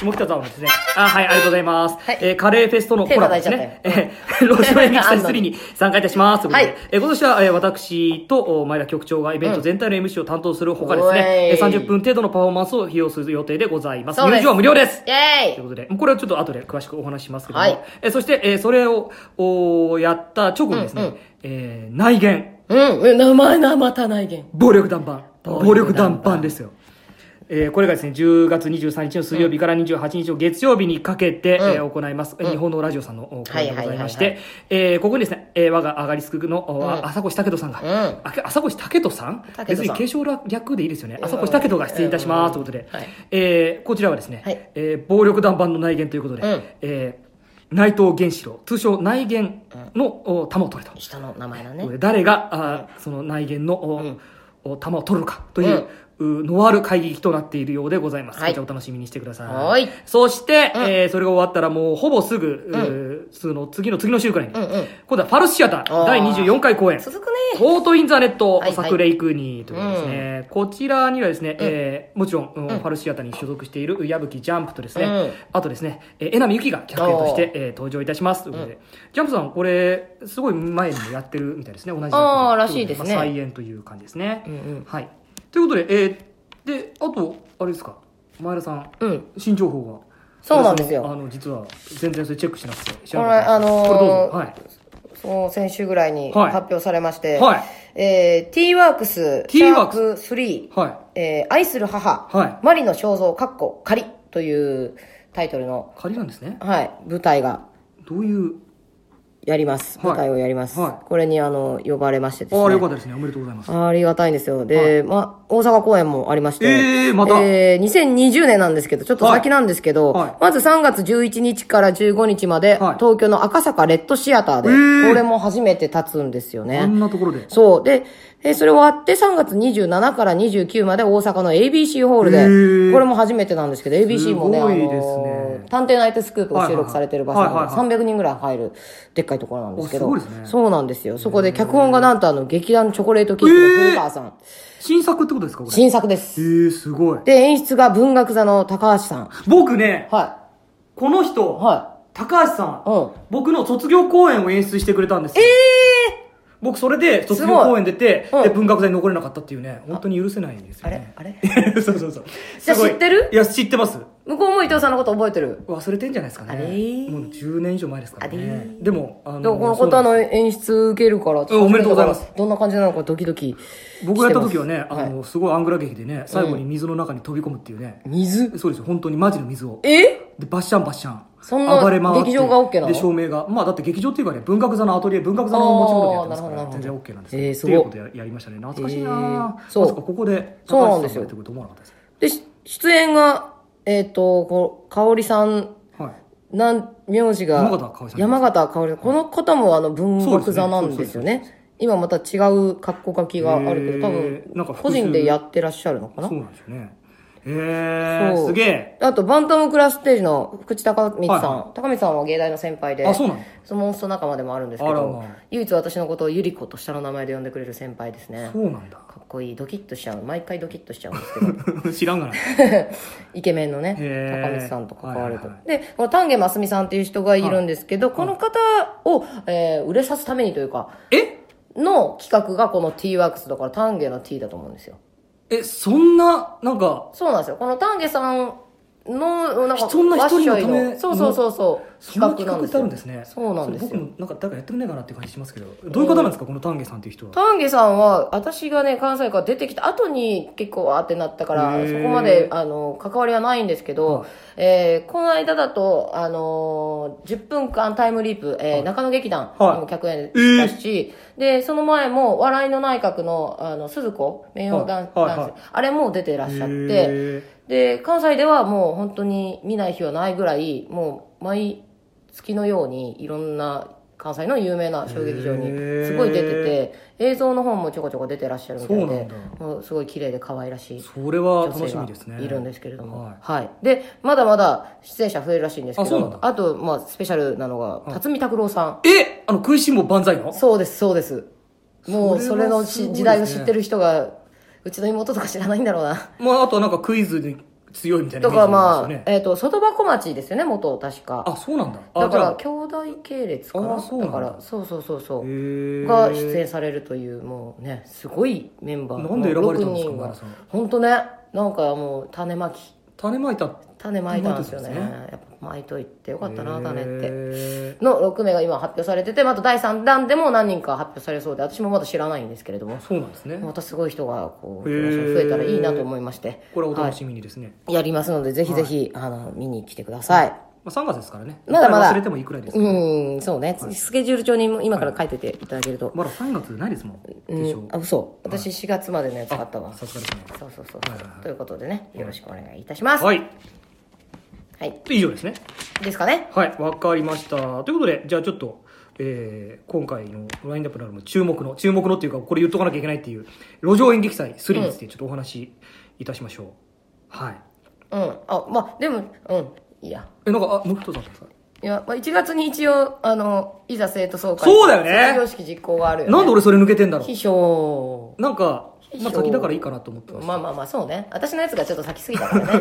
Speaker 4: 下北沢のですね。あー、はい、ありがとうございます。
Speaker 3: はい
Speaker 4: えーカレーフェスとのコラボですね。
Speaker 3: 手
Speaker 4: えー路上演劇祭3に 参加いたします。ということで
Speaker 3: はい
Speaker 4: えー今年は、えー私とお前田局長がイベント全体の MC を担当するほかですね、
Speaker 3: うん
Speaker 4: えー30分程度のパフォーマンスを披露する予定でございます。
Speaker 3: そうです
Speaker 4: 入場は無料です
Speaker 3: イエ
Speaker 4: と
Speaker 3: ーイ
Speaker 4: いうことで、もうこれはちょっと後で詳しくお話ししますけども、
Speaker 3: はい
Speaker 4: えーそして、えーそれを、おーやった直後にですね、
Speaker 3: うんうん
Speaker 4: えー内言、
Speaker 3: うんえ名前なまたないげん
Speaker 4: 暴力団版、
Speaker 3: 暴
Speaker 4: 暴
Speaker 3: 力
Speaker 4: 力
Speaker 3: 団
Speaker 4: 団版ですよ。えーこれがですね、10月23日の水曜日から28日の月曜日にかけて、えー行います、日本のラジオさんのお会でございまし
Speaker 3: はいは
Speaker 4: て、えーここにですね、えー我がアガリスクの、お
Speaker 3: うん
Speaker 4: 朝越武人さんが、
Speaker 3: うん
Speaker 4: あけ朝越武人さん
Speaker 3: さん
Speaker 4: 別に継承略でいいですよね。朝越武人が出演いたします、ということで、
Speaker 3: はい
Speaker 4: えーこちらはですね、
Speaker 3: はい
Speaker 4: えー暴力団版の内言ということで、
Speaker 3: うん
Speaker 4: えー内藤源四郎、通称内言の、お玉を取れと。
Speaker 3: 下の名前だね
Speaker 4: 誰があーその内言の、お
Speaker 3: ん
Speaker 4: お玉を取るのかという、うノワール会議となっているようでございます。
Speaker 3: はい
Speaker 4: こちらお楽しみにしてください。
Speaker 3: はい
Speaker 4: そして、
Speaker 3: うん
Speaker 4: えーそれが終わったらもうほぼすぐ、うーその次の次の週くらいに、
Speaker 3: うんうん
Speaker 4: 今度はファルスシアタ
Speaker 3: あー
Speaker 4: ー第24回公演。
Speaker 3: 続くね
Speaker 4: トート・イン・ザ・ネット、
Speaker 3: はいはい
Speaker 4: 作例クニーということですね、こちらにはですね、えーもちろん、うんファルシアタに所属している矢吹ジャンプとですね、
Speaker 3: うん
Speaker 4: あとですね、えー、江波由紀が客演とし
Speaker 3: おー
Speaker 4: て、えー登場いたしますということで、ジャンプさん、これ、すごい前にもやってるみたいですね、同じジャンプで
Speaker 3: あーらしいですね
Speaker 4: とうことまあ再演という感じですね。
Speaker 3: うんうん
Speaker 4: はい。ということで、えーで、あと、あれですか、前田さん、
Speaker 3: うん
Speaker 4: 新情報が。
Speaker 3: そうなんですよ
Speaker 4: あの、実は、全然それチェックしてなくて、知
Speaker 3: これあのー
Speaker 4: これどうぞ。はい。
Speaker 3: そう先週ぐらいに
Speaker 4: はい
Speaker 3: 発表されまして、
Speaker 4: はい
Speaker 3: えー、T-Works、
Speaker 4: T-Works
Speaker 3: シャーク3、
Speaker 4: は
Speaker 3: えー愛する母、
Speaker 4: はい
Speaker 3: マリの肖像、カッコ、仮というタイトルの、
Speaker 4: い。仮なんですね。
Speaker 3: はい、舞台が
Speaker 4: どういう
Speaker 3: やります。
Speaker 4: はい
Speaker 3: 舞台をやります。
Speaker 4: はい
Speaker 3: これにあの、呼ばれましてですね。
Speaker 4: ああ、よかったですね。おめでとうございます。
Speaker 3: ありがたいんですよ。で、まあ、大阪公演もありまして。
Speaker 4: ええまた
Speaker 3: えー2020年なんですけど、ちょっと
Speaker 4: はい
Speaker 3: 先なんですけど、
Speaker 4: はい
Speaker 3: まず3月11日から15日まで、
Speaker 4: はい
Speaker 3: 東京の赤坂レッドシアターで、
Speaker 4: ええ
Speaker 3: これも初めて立つんですよね。
Speaker 4: あんなところで。
Speaker 3: そう。で、えーそれ終わって3月27から29まで大阪の ABC ホール
Speaker 4: へ
Speaker 3: で、
Speaker 4: ー
Speaker 3: これも初めてなんですけど、ABC もね、
Speaker 4: す
Speaker 3: あ
Speaker 4: ごいですね
Speaker 3: のー、探偵ナイトスクープが収録されてる場所
Speaker 4: はいはい
Speaker 3: で
Speaker 4: はいはい
Speaker 3: 300人ぐらい入る、でっかいところなんですけど、
Speaker 4: おすごいですね
Speaker 3: そうなんですよ。そこで脚本がなんとあの、劇団チョコレートキッズの古川さん、
Speaker 4: 新作ってことですかこれ。え
Speaker 3: 新作です。
Speaker 4: ー、すごい。
Speaker 3: で、演出が文学座の高橋さん。
Speaker 4: 僕ね、
Speaker 3: は
Speaker 4: この
Speaker 3: い。
Speaker 4: 人、
Speaker 3: は
Speaker 4: 高橋さん、
Speaker 3: うん
Speaker 4: 僕の卒業公演を演出してくれたんですよ。僕それで卒業公演出て、
Speaker 3: ごいうん
Speaker 4: で文学座に残れなかったっていうね、本当に許せないんです
Speaker 3: い。あ
Speaker 4: よ
Speaker 3: れ
Speaker 4: ね。
Speaker 3: あれ
Speaker 4: あれ そうそうそう。
Speaker 3: じゃあ
Speaker 4: すごい
Speaker 3: 知ってる
Speaker 4: いや、知ってます。
Speaker 3: 向こうも伊藤さんのこと覚えてる。
Speaker 4: 忘れてんじゃないですかね
Speaker 3: あれー
Speaker 4: もう10年以上前ですから
Speaker 3: あれ
Speaker 4: ね
Speaker 3: ー
Speaker 4: でもあ
Speaker 3: でもこの方
Speaker 4: そ
Speaker 3: の
Speaker 4: うなんで
Speaker 3: 演出受けるから、
Speaker 4: うんおめでとうございます。
Speaker 3: どんな感じなのかドキドキ。
Speaker 4: す僕がやった時はね
Speaker 3: してます
Speaker 4: あの、すごいアングラ劇でね最後に水の中に飛び込むっていうね、
Speaker 3: 水
Speaker 4: そうですよ本当にマジの水を
Speaker 3: え
Speaker 4: でバッシャンバッシャン
Speaker 3: そんな
Speaker 4: 暴れ回って
Speaker 3: 劇場が OK なの
Speaker 4: で照明がまあだって劇場っていうかね文学座のアトリエ文学座の持ち物でやってますか
Speaker 3: あーなる
Speaker 4: ら
Speaker 3: ほど
Speaker 4: 全然 OK なんですけど、
Speaker 3: えーすごい
Speaker 4: っていうことややりましたね懐かしいなー、
Speaker 3: えーそう
Speaker 4: まさかここで
Speaker 3: そうなん
Speaker 4: 高橋
Speaker 3: です
Speaker 4: さん
Speaker 3: よ
Speaker 4: が出てくると思わなかったです
Speaker 3: で、し出演が、えっ、と、こう、香織さん、
Speaker 4: はい
Speaker 3: なん、名字が、
Speaker 4: 山形香織さん
Speaker 3: 山形香織この方もあの文学座な
Speaker 4: そうんですね
Speaker 3: ですよね。今また違う格好書きがあるけど、多
Speaker 4: へーなんか
Speaker 3: 分、
Speaker 4: 複数
Speaker 3: 個人でやってらっしゃるのかな
Speaker 4: そうなんですよねえ
Speaker 3: そ
Speaker 4: ー、
Speaker 3: う
Speaker 4: すげえ
Speaker 3: あと、バンタムクラスステージの福地高光さん。
Speaker 4: はいは
Speaker 3: 高光さんは芸大の先輩で、
Speaker 4: あそうなの
Speaker 3: そのモンスト仲間でもあるんですけ
Speaker 4: あら
Speaker 3: ど
Speaker 4: まあ、
Speaker 3: 唯一私のことをゆり子と下の名前で呼んでくれる先輩ですね。
Speaker 4: そうなんだ
Speaker 3: かっこいい。ドキッとしちゃう。毎回ドキッとしちゃうんですけど。
Speaker 4: 知らんがな
Speaker 3: イケメンのね
Speaker 4: へー
Speaker 3: 高光さんと関わると、
Speaker 4: はいは
Speaker 3: でこの丹下真澄さんっていう人がいるんですけど、この方を、えー売れさすためにというか
Speaker 4: え
Speaker 3: の企画がこの t ワークスだから丹下の T だと思うんですよ
Speaker 4: えそんななんか
Speaker 3: そうなんですよこの丹下さんのなんか
Speaker 4: そんな一人のた
Speaker 3: わっし
Speaker 4: め
Speaker 3: ょいのそうそうそうそう
Speaker 4: そんな企画ってあるんですね
Speaker 3: そうなんですよ
Speaker 4: それ僕もなんか誰かやってくれないかなって感じしますけどどういう方なんですかこの丹下さんっていう人は
Speaker 3: 丹下さんは私がね関西から出てきた後に結構わーってなったから
Speaker 4: へー
Speaker 3: そこまであの関わりはないんですけど、えーこの間だと、あのー10分間タイムリープ、えー中野劇団にも客演したし、でその前も「笑いの内閣の」あの鈴子名誉ダンス、
Speaker 4: はいはいはい
Speaker 3: ダンスあれも出てらっしゃって。
Speaker 4: へ
Speaker 3: で関西ではもう本当に見ない日はないぐらいもう毎月のようにいろんな関西の有名な小劇場に
Speaker 4: へー
Speaker 3: すごい出てて映像の方もちょこちょこ出てらっしゃるみたい
Speaker 4: そうな
Speaker 3: で
Speaker 4: んだ
Speaker 3: もうすごい綺麗で可愛らしい
Speaker 4: ーそれは
Speaker 3: 女
Speaker 4: 楽し
Speaker 3: 性
Speaker 4: み
Speaker 3: が
Speaker 4: ですね
Speaker 3: いるんですけれども、
Speaker 4: は
Speaker 3: はいいでまだまだ出演者増えるらしいんですけ
Speaker 4: あそうなんだ
Speaker 3: どあと、まあ、スペシャルなのが辰巳拓郎さん
Speaker 4: えあの食いしん坊万歳の
Speaker 3: そうですそうですもう
Speaker 4: そ
Speaker 3: そ
Speaker 4: れ
Speaker 3: れ
Speaker 4: は
Speaker 3: の
Speaker 4: すごいですね
Speaker 3: し時代を知ってる人がうちの妹とか知らないんだろうな
Speaker 4: まああとはなんかクイズに強いみたいな
Speaker 3: と
Speaker 4: イメ
Speaker 3: か
Speaker 4: ージも
Speaker 3: ま
Speaker 4: あ
Speaker 3: あ、
Speaker 4: りますよね
Speaker 3: えっ、と、外箱町ですよね、元確
Speaker 4: あ
Speaker 3: か。
Speaker 4: そうなんだあ
Speaker 3: だか
Speaker 4: じゃ
Speaker 3: ら
Speaker 4: あ、
Speaker 3: 兄弟系列か
Speaker 4: あ
Speaker 3: な
Speaker 4: そうなんだ
Speaker 3: から、そうそうそうそう。
Speaker 4: へー
Speaker 3: が出演されるという、もうね、すごいメンバー。
Speaker 4: なんで選ばれたんですか
Speaker 3: もう
Speaker 4: マラ
Speaker 3: 六
Speaker 4: ソ
Speaker 3: 人
Speaker 4: ン
Speaker 3: が。本当ね、なんかもう種まき。
Speaker 4: 種まいたよ
Speaker 3: 種まいたんですよね。
Speaker 4: 種まいたん
Speaker 3: やっぱ巻いといてよかったな、種って。
Speaker 4: て
Speaker 3: の6名が今発表されてて、また第3弾でも何人か発表されそうで、私もまだ知らないんですけれども、
Speaker 4: そうなんですね
Speaker 3: またすごい人がこう、
Speaker 4: へー
Speaker 3: 増えたらいいなと思いまして、
Speaker 4: これはお楽しみにですね
Speaker 3: やりますので、ぜひぜひ、あの、見に来てください。
Speaker 4: まあ3月ですからね
Speaker 3: まだまだ
Speaker 4: 忘れてもいいくらいですから
Speaker 3: うん、そうね。スケジュール帳に今から書いてていただけると。
Speaker 4: まだ3月ないですもん
Speaker 3: う
Speaker 4: 決
Speaker 3: ん、あ、
Speaker 4: 勝
Speaker 3: 嘘。私4月までのやつ買ったわ。そ
Speaker 4: さ
Speaker 3: う
Speaker 4: すがですね
Speaker 3: そうそうそう
Speaker 4: はいはいはい。
Speaker 3: ということでね、よろしくお願いいたします。。
Speaker 4: はいい
Speaker 3: はい。
Speaker 4: 以上ですね
Speaker 3: ですかね。
Speaker 4: はいわかりましたということでじゃあちょっとえー今回のラインナップのある注目の注目のっていうかこれ言っとかなきゃいけないっていう路上演劇祭3についてちょっとお話しいたしましょう、はい
Speaker 3: うん。あ、まあ、でも、うん。いいや。
Speaker 4: えなんかあもう一つあったんですか
Speaker 3: いや、まあ、1月に一応、あの、いざ生徒総会。
Speaker 4: そうだよね
Speaker 3: 卒業式実行があるよ、ね。
Speaker 4: なんで俺それ抜けてんだろ
Speaker 3: 秘
Speaker 4: う
Speaker 3: 書。
Speaker 4: なんか、
Speaker 3: 秘
Speaker 4: ま
Speaker 3: 書
Speaker 4: あ、先だからいいかなと思ってました、
Speaker 3: まあまあまあ、そうね。私のやつがちょっと先すぎたから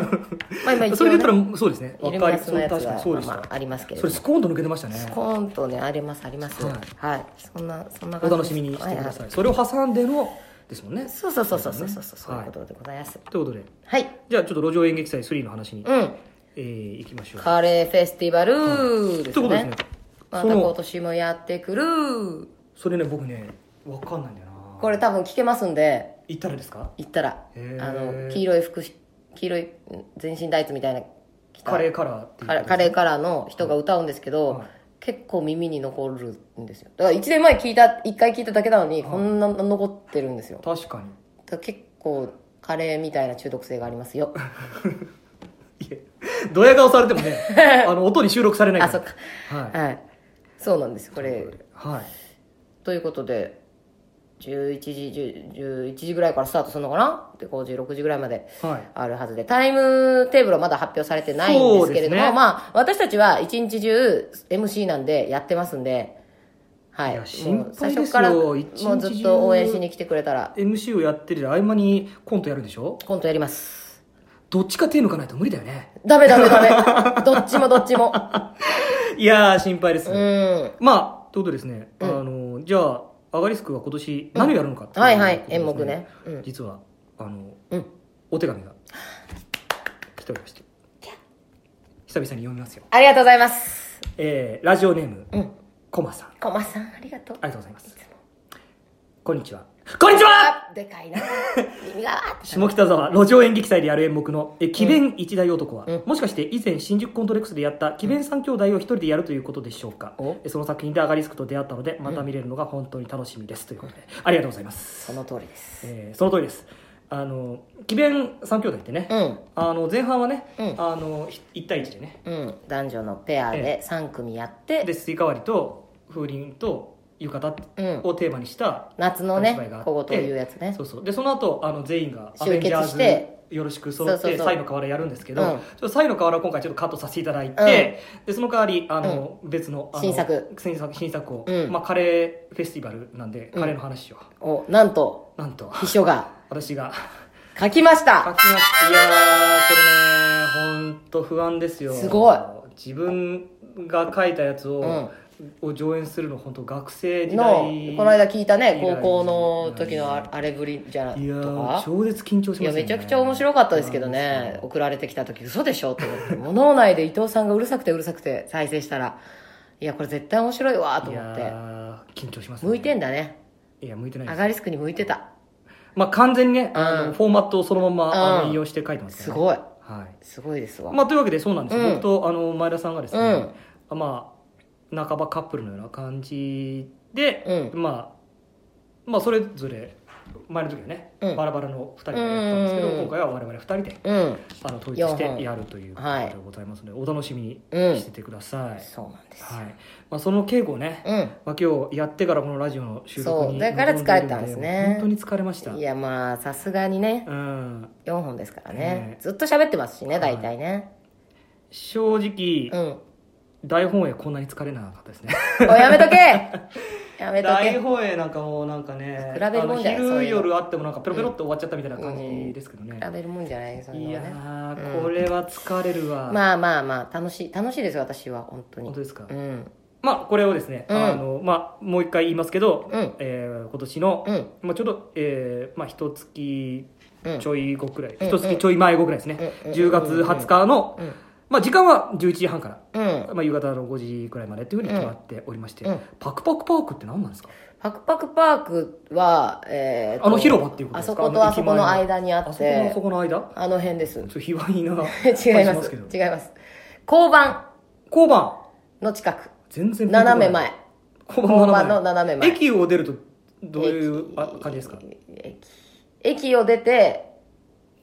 Speaker 3: ね。まあ今一応、ね、
Speaker 4: それで言ったらそうですね
Speaker 3: イルミ
Speaker 4: わ
Speaker 3: ナ
Speaker 4: か
Speaker 3: ス
Speaker 4: り
Speaker 3: のやつ
Speaker 4: そう確か
Speaker 3: が
Speaker 4: にそうでし
Speaker 3: まあ
Speaker 4: た、
Speaker 3: まあありますけれ
Speaker 4: そ
Speaker 3: ど
Speaker 4: れスコーンと抜けてましたね
Speaker 3: スコーンとねありますあります
Speaker 4: は
Speaker 3: はいい、そんなそんな
Speaker 4: お
Speaker 3: 感じ
Speaker 4: 楽しみにしてくだ
Speaker 3: は
Speaker 4: さ
Speaker 3: はい
Speaker 4: それを挟んでのですもんね
Speaker 3: そうそうそうそうそうそうそうそうい
Speaker 4: は
Speaker 3: う
Speaker 4: い
Speaker 3: ことでございます
Speaker 4: ということで
Speaker 3: はい、
Speaker 4: じゃあちょっと路上演劇祭3の話に、
Speaker 3: うん
Speaker 4: えー、いきましょう
Speaker 3: カレーフェスティバルです
Speaker 4: ということです
Speaker 3: ね
Speaker 4: ね
Speaker 3: ま
Speaker 4: そ
Speaker 3: た
Speaker 4: の
Speaker 3: 今年もやってくる
Speaker 4: それね僕ねわかんないんだよな
Speaker 3: これ多分聞けますんで
Speaker 4: 行ったらですか
Speaker 3: 行ったらあ
Speaker 4: へー
Speaker 3: の黄色い服し黄色いうん全身タイツみたいな着た
Speaker 4: カレーカラーっていう
Speaker 3: カレーカレーカラーの人が歌うんですけど、
Speaker 4: はい
Speaker 3: 結構耳に残るんですよだから1年前聞いた1回聞いただけなのにこんな残ってるんですよ
Speaker 4: 確かに
Speaker 3: だから結構カレーみたいな中毒性がありますよ
Speaker 4: いえドヤ顔されても ねあの音に収録されない
Speaker 3: あ
Speaker 4: か
Speaker 3: そ
Speaker 4: ら
Speaker 3: っか
Speaker 4: はい、
Speaker 3: はいそうなんですこれ
Speaker 4: はい、
Speaker 3: ということで11時10 11時ぐらいからスタートするのかなで5時6時ぐらいまで
Speaker 4: はい
Speaker 3: あるはずでタイムテーブルはまだ発表されてないんですけれども、
Speaker 4: そうですね
Speaker 3: まあ私たちは一日中 MC なんでやってますんではいい
Speaker 4: や
Speaker 3: もう
Speaker 4: 心配ですよ
Speaker 3: 最初からもう
Speaker 4: 一日中
Speaker 3: ずっと応援しに来てくれたら
Speaker 4: MC をやってる合間にコントやるでしょ
Speaker 3: コントやります
Speaker 4: どっちか手抜かないと無理だよね
Speaker 3: ダメダメダ メどっちもどっちも
Speaker 4: いやー心配です
Speaker 3: う
Speaker 4: ね、
Speaker 3: ん
Speaker 4: まあということですね、あのじゃあアガリスクは今年何をやるのかってう
Speaker 3: はいはい
Speaker 4: ことです
Speaker 3: 演目ねうん
Speaker 4: 実はあの、
Speaker 3: うん
Speaker 4: お手紙が来ておりまして久々に読みますよ。
Speaker 3: ありがとうございます。
Speaker 4: えー、ラジオネーム、
Speaker 3: うん。
Speaker 4: コマさん。あ
Speaker 3: コマさん、ありがとう。
Speaker 4: りがとうございます。こんにちは。こんにちは
Speaker 3: あでかいな。耳がわーって。
Speaker 4: 下北沢路上演劇祭でやる演目の「え奇弁一大男は」もしかして以前新宿コントレックスでやった奇弁三兄弟を一人でやるということでしょうか、
Speaker 3: お
Speaker 4: えその作品でアガリスクと出会ったのでまた見れるのが本当に楽しみですということでありがとうございます、
Speaker 3: その通りです。
Speaker 4: えーその通りですあの奇弁三兄弟ってね、
Speaker 3: うん
Speaker 4: あの前半はね、
Speaker 3: うん
Speaker 4: あの1対1でね
Speaker 3: うん。男女のペア
Speaker 4: え
Speaker 3: で3組やって、
Speaker 4: でスイカ割りと風鈴と浴衣
Speaker 3: うん
Speaker 4: をテーマにした
Speaker 3: 夏の
Speaker 4: お芝居が
Speaker 3: ね
Speaker 4: あっ、て
Speaker 3: 小言を言うやつね
Speaker 4: そ。うそうでその後あの全員が「ア
Speaker 3: 集
Speaker 4: ベン
Speaker 3: 結
Speaker 4: ジャー
Speaker 3: し
Speaker 4: ズ
Speaker 3: て
Speaker 4: よろしく」揃
Speaker 3: そ
Speaker 4: っ
Speaker 3: うそ
Speaker 4: て
Speaker 3: うそう
Speaker 4: サイの河原やるんですけど
Speaker 3: う
Speaker 4: ち
Speaker 3: ん
Speaker 4: ょっとサイの河原今回ちょっとカットさせていただいて、でその代わりあの、別のあの
Speaker 3: 新作
Speaker 4: 新作新作を、
Speaker 3: うん
Speaker 4: まあ、カレーフェスティバルなんでカレーの話を、
Speaker 3: お、なんと、
Speaker 4: なんと
Speaker 3: 秘書が
Speaker 4: 私が
Speaker 3: 書きまし
Speaker 4: 書き
Speaker 3: た
Speaker 4: ましたいやーこれね本当不安ですよ
Speaker 3: すごい
Speaker 4: 自分が書いたやつを、
Speaker 3: うん
Speaker 4: を上演するの本当学生時
Speaker 3: の
Speaker 4: 代、
Speaker 3: この間聞いたね、
Speaker 4: 以来
Speaker 3: 高校の時のああれぶりじゃなと
Speaker 4: いやー
Speaker 3: か。
Speaker 4: 超絶緊張します
Speaker 3: いや、
Speaker 4: よね
Speaker 3: めちゃくちゃ面白かったですけどね。送られてきた時、嘘でしょと思って。 物内で伊藤さんがうるさくてうるさくて再生したら、いや、これ絶対面白いわと
Speaker 4: い
Speaker 3: 思
Speaker 4: や
Speaker 3: って。
Speaker 4: ー緊張しますね
Speaker 3: 向いてんだね。
Speaker 4: いや向いてないで
Speaker 3: ア
Speaker 4: す
Speaker 3: ガリスクに向いてた。
Speaker 4: まあ完全にね、
Speaker 3: うん
Speaker 4: あのフォーマットをそのまま、
Speaker 3: う
Speaker 4: あの
Speaker 3: ん
Speaker 4: 引用して書いてます
Speaker 3: す
Speaker 4: からね
Speaker 3: ごい。
Speaker 4: はい
Speaker 3: すごいですわ。
Speaker 4: まあ、というわけでそうなんですよ、
Speaker 3: うん
Speaker 4: 僕とあの前田さんがですね、まあ半ばカップルのような感じで、
Speaker 3: う
Speaker 4: まあまあそれぞれ前の時はね、
Speaker 3: うん
Speaker 4: バラバラの2人でやったんですけど、
Speaker 3: うんうんうん
Speaker 4: 今回は我々2人で
Speaker 3: うん。
Speaker 4: あの統一して
Speaker 3: 四本
Speaker 4: やるということでございますので、お楽しみに
Speaker 3: うん
Speaker 4: しててください、
Speaker 3: そうなんです。
Speaker 4: はいまあ、その稽古をね、
Speaker 3: う
Speaker 4: まあ、今日やってからこのラジオの収録
Speaker 3: そ
Speaker 4: に臨ん
Speaker 3: う
Speaker 4: でい
Speaker 3: だ
Speaker 4: るので
Speaker 3: から疲れたんですね
Speaker 4: 本当に疲れました
Speaker 3: ん。いや、まあ、さすがにね、
Speaker 4: うん
Speaker 3: 4本ですから
Speaker 4: ね
Speaker 3: ね。ずっと喋ってますし
Speaker 4: は
Speaker 3: ね、
Speaker 4: い
Speaker 3: 大体ね。
Speaker 4: 正直、
Speaker 3: うん。
Speaker 4: 大本営こんなに疲れなかったですね
Speaker 3: おやめ とけやめと
Speaker 4: 大
Speaker 3: け
Speaker 4: 本営なんかもうなんかね
Speaker 3: 比べるもんじゃない
Speaker 4: あの
Speaker 3: そう
Speaker 4: 昼
Speaker 3: いうの
Speaker 4: 夜あってもなんかペロペロって終わっちゃったみたいな感じですけどね、
Speaker 3: 食べるもんじゃない、そう
Speaker 4: い
Speaker 3: いう
Speaker 4: や
Speaker 3: のはね。
Speaker 4: ー、これは疲れるわ、
Speaker 3: まあまあまあ、楽しい、楽しいですよ、私は、本当に
Speaker 4: 本当。ですか、
Speaker 3: うん。
Speaker 4: まあこれをですね、
Speaker 3: うん
Speaker 4: あのまあ、もう一回言いますけど、
Speaker 3: うん
Speaker 4: えー今年の、
Speaker 3: うん
Speaker 4: まあ、ちょうど、えーまあ、一月
Speaker 3: うん
Speaker 4: ちょい後くらい、
Speaker 3: うん
Speaker 4: 一月ちょい前後くらいですね、
Speaker 3: うん
Speaker 4: 10月20日の、
Speaker 3: うん
Speaker 4: まあ、時間は11時半から、
Speaker 3: うん。
Speaker 4: まあ、夕方の5時くらいまでっていうふうに決まっておりまして、
Speaker 3: うん
Speaker 4: パクパクパークって何なんですか
Speaker 3: パクパクパークは、えーと
Speaker 4: あの広場っていうこと
Speaker 3: あ
Speaker 4: です
Speaker 3: そ
Speaker 4: か
Speaker 3: ことあ
Speaker 4: の駅
Speaker 3: そ
Speaker 4: 前
Speaker 3: この間にあ
Speaker 4: あ
Speaker 3: っ
Speaker 4: そこの
Speaker 3: て
Speaker 4: あそ、この間ちょ
Speaker 3: あの辺 です。違い
Speaker 4: っと卑猥な
Speaker 3: ま
Speaker 4: 感じします
Speaker 3: す
Speaker 4: けど。
Speaker 3: 違います。交番
Speaker 4: 交番
Speaker 3: の近く。
Speaker 4: 全然ピンとこない
Speaker 3: 斜め前。
Speaker 4: 交番の斜め
Speaker 3: 交番の斜め前
Speaker 4: 駅を出るとどういうあ感じですか
Speaker 3: 駅。駅を出て、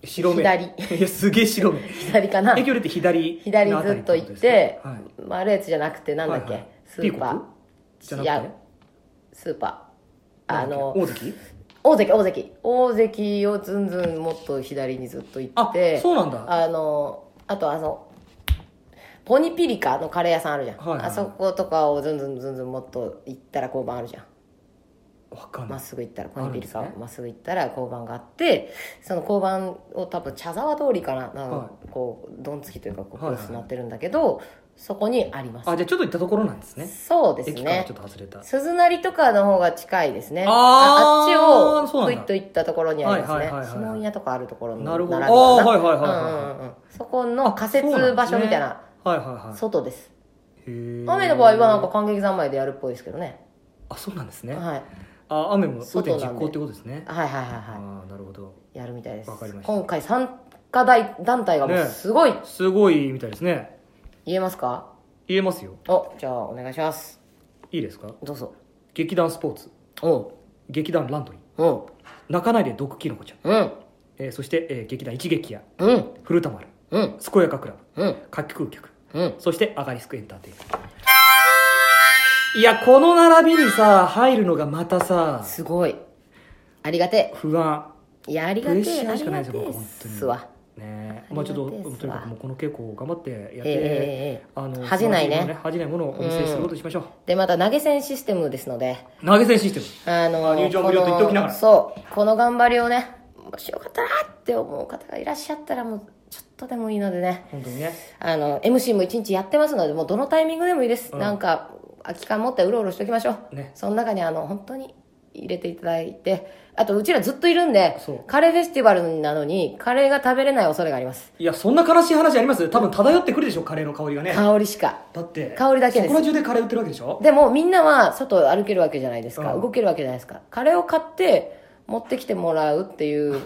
Speaker 4: 白目
Speaker 3: 左
Speaker 4: いやすげえ白 目
Speaker 3: 左かな
Speaker 4: 駅降りて左
Speaker 3: 左
Speaker 4: のあた
Speaker 3: ず
Speaker 4: り
Speaker 3: っと行
Speaker 4: こ
Speaker 3: っ
Speaker 4: ですね
Speaker 3: て
Speaker 4: はい、
Speaker 3: マレーツじゃなくて、なんだっ
Speaker 4: はいは
Speaker 3: け
Speaker 4: い、
Speaker 3: ス
Speaker 4: ピ
Speaker 3: ー
Speaker 4: ーコッ
Speaker 3: パ
Speaker 4: じゃ
Speaker 3: ー。
Speaker 4: な
Speaker 3: 違
Speaker 4: くて
Speaker 3: う。スーパー。
Speaker 4: な
Speaker 3: あ
Speaker 4: んだっけ
Speaker 3: の、
Speaker 4: 大関
Speaker 3: 大関大関大関をずんずんもっと左にずっと行
Speaker 4: あ
Speaker 3: って
Speaker 4: そうなんだ
Speaker 3: あのあとあのポニピリカのカレー屋さんあるじゃん、
Speaker 4: はいはいはい
Speaker 3: あそことかをずんずんずんずんもっと行ったら交番あるじゃん
Speaker 4: わかん
Speaker 3: ま
Speaker 4: ない
Speaker 3: っすぐ行ったらポニピリカ
Speaker 4: あ
Speaker 3: を
Speaker 4: るんですね
Speaker 3: まっすぐ行ったら交番があってその交番を多分茶沢通りかななんか
Speaker 4: は
Speaker 3: こうどんつきというかこう
Speaker 4: は
Speaker 3: コ
Speaker 4: いはい
Speaker 3: ースになってるんだけど、そこにあります
Speaker 4: あじゃあちょっと行ったところなんですね
Speaker 3: そうです
Speaker 4: 駅から
Speaker 3: ね
Speaker 4: ちょっと外れた
Speaker 3: 鈴なりとかの方が近いですね
Speaker 4: あー
Speaker 3: ああっち
Speaker 4: そう
Speaker 3: をプ
Speaker 4: なん
Speaker 3: イ
Speaker 4: だ
Speaker 3: ッと行ったところにあります
Speaker 4: は
Speaker 3: ね
Speaker 4: いはいはいはい
Speaker 3: 指紋屋とかあるところの
Speaker 4: なるほど
Speaker 3: 並びかな
Speaker 4: あーはいはいはいはい
Speaker 3: うんうんうんそこの
Speaker 4: あ
Speaker 3: 仮設場所みたいな
Speaker 4: そうなんですねはいはいはい
Speaker 3: 外です
Speaker 4: へー
Speaker 3: 雨の場合はなんか感激三昧でやるっぽいですけどね、
Speaker 4: あそうなんですね、
Speaker 3: はい、
Speaker 4: あ雨も雨
Speaker 3: 外な
Speaker 4: 天
Speaker 3: んで
Speaker 4: 実行ってことですね
Speaker 3: はいはいはいは
Speaker 4: ああなるほど
Speaker 3: いやるみたいです
Speaker 4: わかりました
Speaker 3: 今回参加大団体がもう
Speaker 4: ね
Speaker 3: すごい
Speaker 4: すごいみたいですね
Speaker 3: 言えますか、
Speaker 4: 言えますよ
Speaker 3: おじゃあお願いします
Speaker 4: いいですか
Speaker 3: どうぞ
Speaker 4: 劇団スポーツ
Speaker 3: うん
Speaker 4: 劇団ランドリー
Speaker 3: うん
Speaker 4: 泣かないで毒キノコちゃん、
Speaker 3: うん
Speaker 4: えーそして、えー劇団一撃や
Speaker 3: うん
Speaker 4: 古田丸
Speaker 3: うん
Speaker 4: 健やかクラブ
Speaker 3: うん
Speaker 4: 活気空客
Speaker 3: うん
Speaker 4: そしてアガリスクエンターテインメントいやこの並びにさ入るのがまたさ
Speaker 3: すごいありがてえ
Speaker 4: 不安
Speaker 3: いやあり
Speaker 4: プ
Speaker 3: が
Speaker 4: レ
Speaker 3: て
Speaker 4: ッシ
Speaker 3: え
Speaker 4: ャ
Speaker 3: あ
Speaker 4: ーし
Speaker 3: り
Speaker 4: かない
Speaker 3: が
Speaker 4: です
Speaker 3: て
Speaker 4: よ
Speaker 3: えっ
Speaker 4: 僕本当に
Speaker 3: すわ
Speaker 4: ねえまあちょっ
Speaker 3: ありがて
Speaker 4: と
Speaker 3: えっすわ
Speaker 4: とにかくもうこの稽古を頑張ってやって、
Speaker 3: ええええええ
Speaker 4: あの
Speaker 3: 恥じないね
Speaker 4: その恥じないものをお見せすることにしましょう、
Speaker 3: でまた投げ銭システムですので
Speaker 4: 投げ銭システム
Speaker 3: あの
Speaker 4: あ入場無料と言っておきなが
Speaker 3: こ
Speaker 4: ら
Speaker 3: のそうこの頑張りをねもしよかったなって思う方がいらっしゃったらもうちょっとでもいいのでね
Speaker 4: 本当にね
Speaker 3: あの MC も一日やってますのでもうどのタイミングでもいいです、
Speaker 4: うん
Speaker 3: なんか空き缶持ってうろうろしておきましょう、
Speaker 4: ね
Speaker 3: その中にあの本当に入れていただいて、あとうちらずっといるんで
Speaker 4: そう、
Speaker 3: カレーフェスティバルなのに、カレーが食べれない恐れがあります。
Speaker 4: いや、そんな悲しい話あります多分漂ってくるでしょ、カレーの香りがね。
Speaker 3: 香りしか。
Speaker 4: だって、
Speaker 3: 香りだけです
Speaker 4: そこら中でカレー売ってるわけでしょ
Speaker 3: でもみんなは外を歩けるわけじゃないですか、
Speaker 4: うん
Speaker 3: 動けるわけじゃないですかカレーを買って持ってきてもらうって いう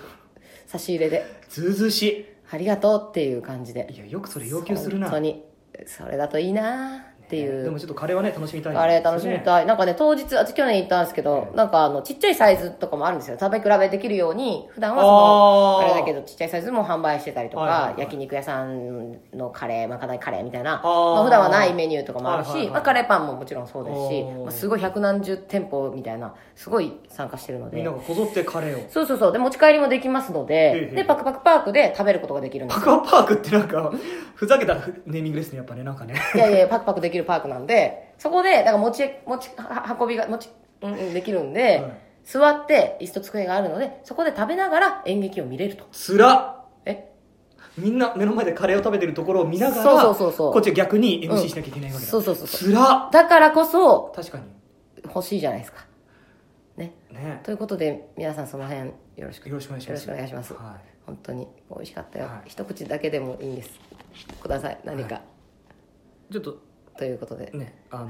Speaker 3: 差し入れで
Speaker 4: ずうずうし
Speaker 3: ありがとうっていう感じで
Speaker 4: い。いや、よくそれ要求するな。
Speaker 3: 本当にそれだといいなってい
Speaker 4: で
Speaker 3: う、
Speaker 4: もちょっとカレーはね、楽しみたい。
Speaker 3: あれ楽しみ
Speaker 4: い。
Speaker 3: たい、なんかね当日私去年行ったんですけど、なんかあのちっちゃいサイズとかもあるんですよ食べ比べできるように普段はそ
Speaker 4: あー
Speaker 3: のあれだけどちっちゃいサイズも販売してたりとか、
Speaker 4: はいはいはい
Speaker 3: 焼肉屋さんのカレーまかないカレーみたいな
Speaker 4: あー
Speaker 3: まあ、普段はないメニューとかもあるし、
Speaker 4: はいはいはい
Speaker 3: まあ、カレーパンももちろんそうですし
Speaker 4: おー、
Speaker 3: まあ、すごい百何十店舗みたいなすごい参加してるの
Speaker 4: みん
Speaker 3: で
Speaker 4: ながこぞってカレーを。
Speaker 3: そうそうそうで持ち帰りもできますの
Speaker 4: え
Speaker 3: で
Speaker 4: え
Speaker 3: でパクパクパークで食べることができるんです
Speaker 4: パクアパークってなんか、ふざけたネーミングですね、やっぱね、なんかね。
Speaker 3: いやいや、パクパクできるパークなんで、そこで、なんか持ち、持ち、は運びが、持ち、うんうん、できるんで、
Speaker 4: はい
Speaker 3: 座って、椅子と机があるので、そこで食べながら演劇を見れると。
Speaker 4: つらっ
Speaker 3: え
Speaker 4: みんな目の前でカレーを食べてるところを見ながら、
Speaker 3: そうそうそうそう
Speaker 4: こっちは逆に
Speaker 3: うん
Speaker 4: MC しなきゃいけないわけだ。
Speaker 3: そうそうそうそう
Speaker 4: つら
Speaker 3: だからこそ、
Speaker 4: っ確かに。
Speaker 3: 欲しいじゃないですか。ね。
Speaker 4: ね。
Speaker 3: ということで、皆さんその辺、よろしく。
Speaker 4: よろしくお願いします
Speaker 3: よろしくお願いします。
Speaker 4: は
Speaker 3: 本当に美味しかったよ、
Speaker 4: はい
Speaker 3: 一口だけでもいいんです。ください、何か。
Speaker 4: い。ちょっと、
Speaker 3: ということで、
Speaker 4: ね、あの、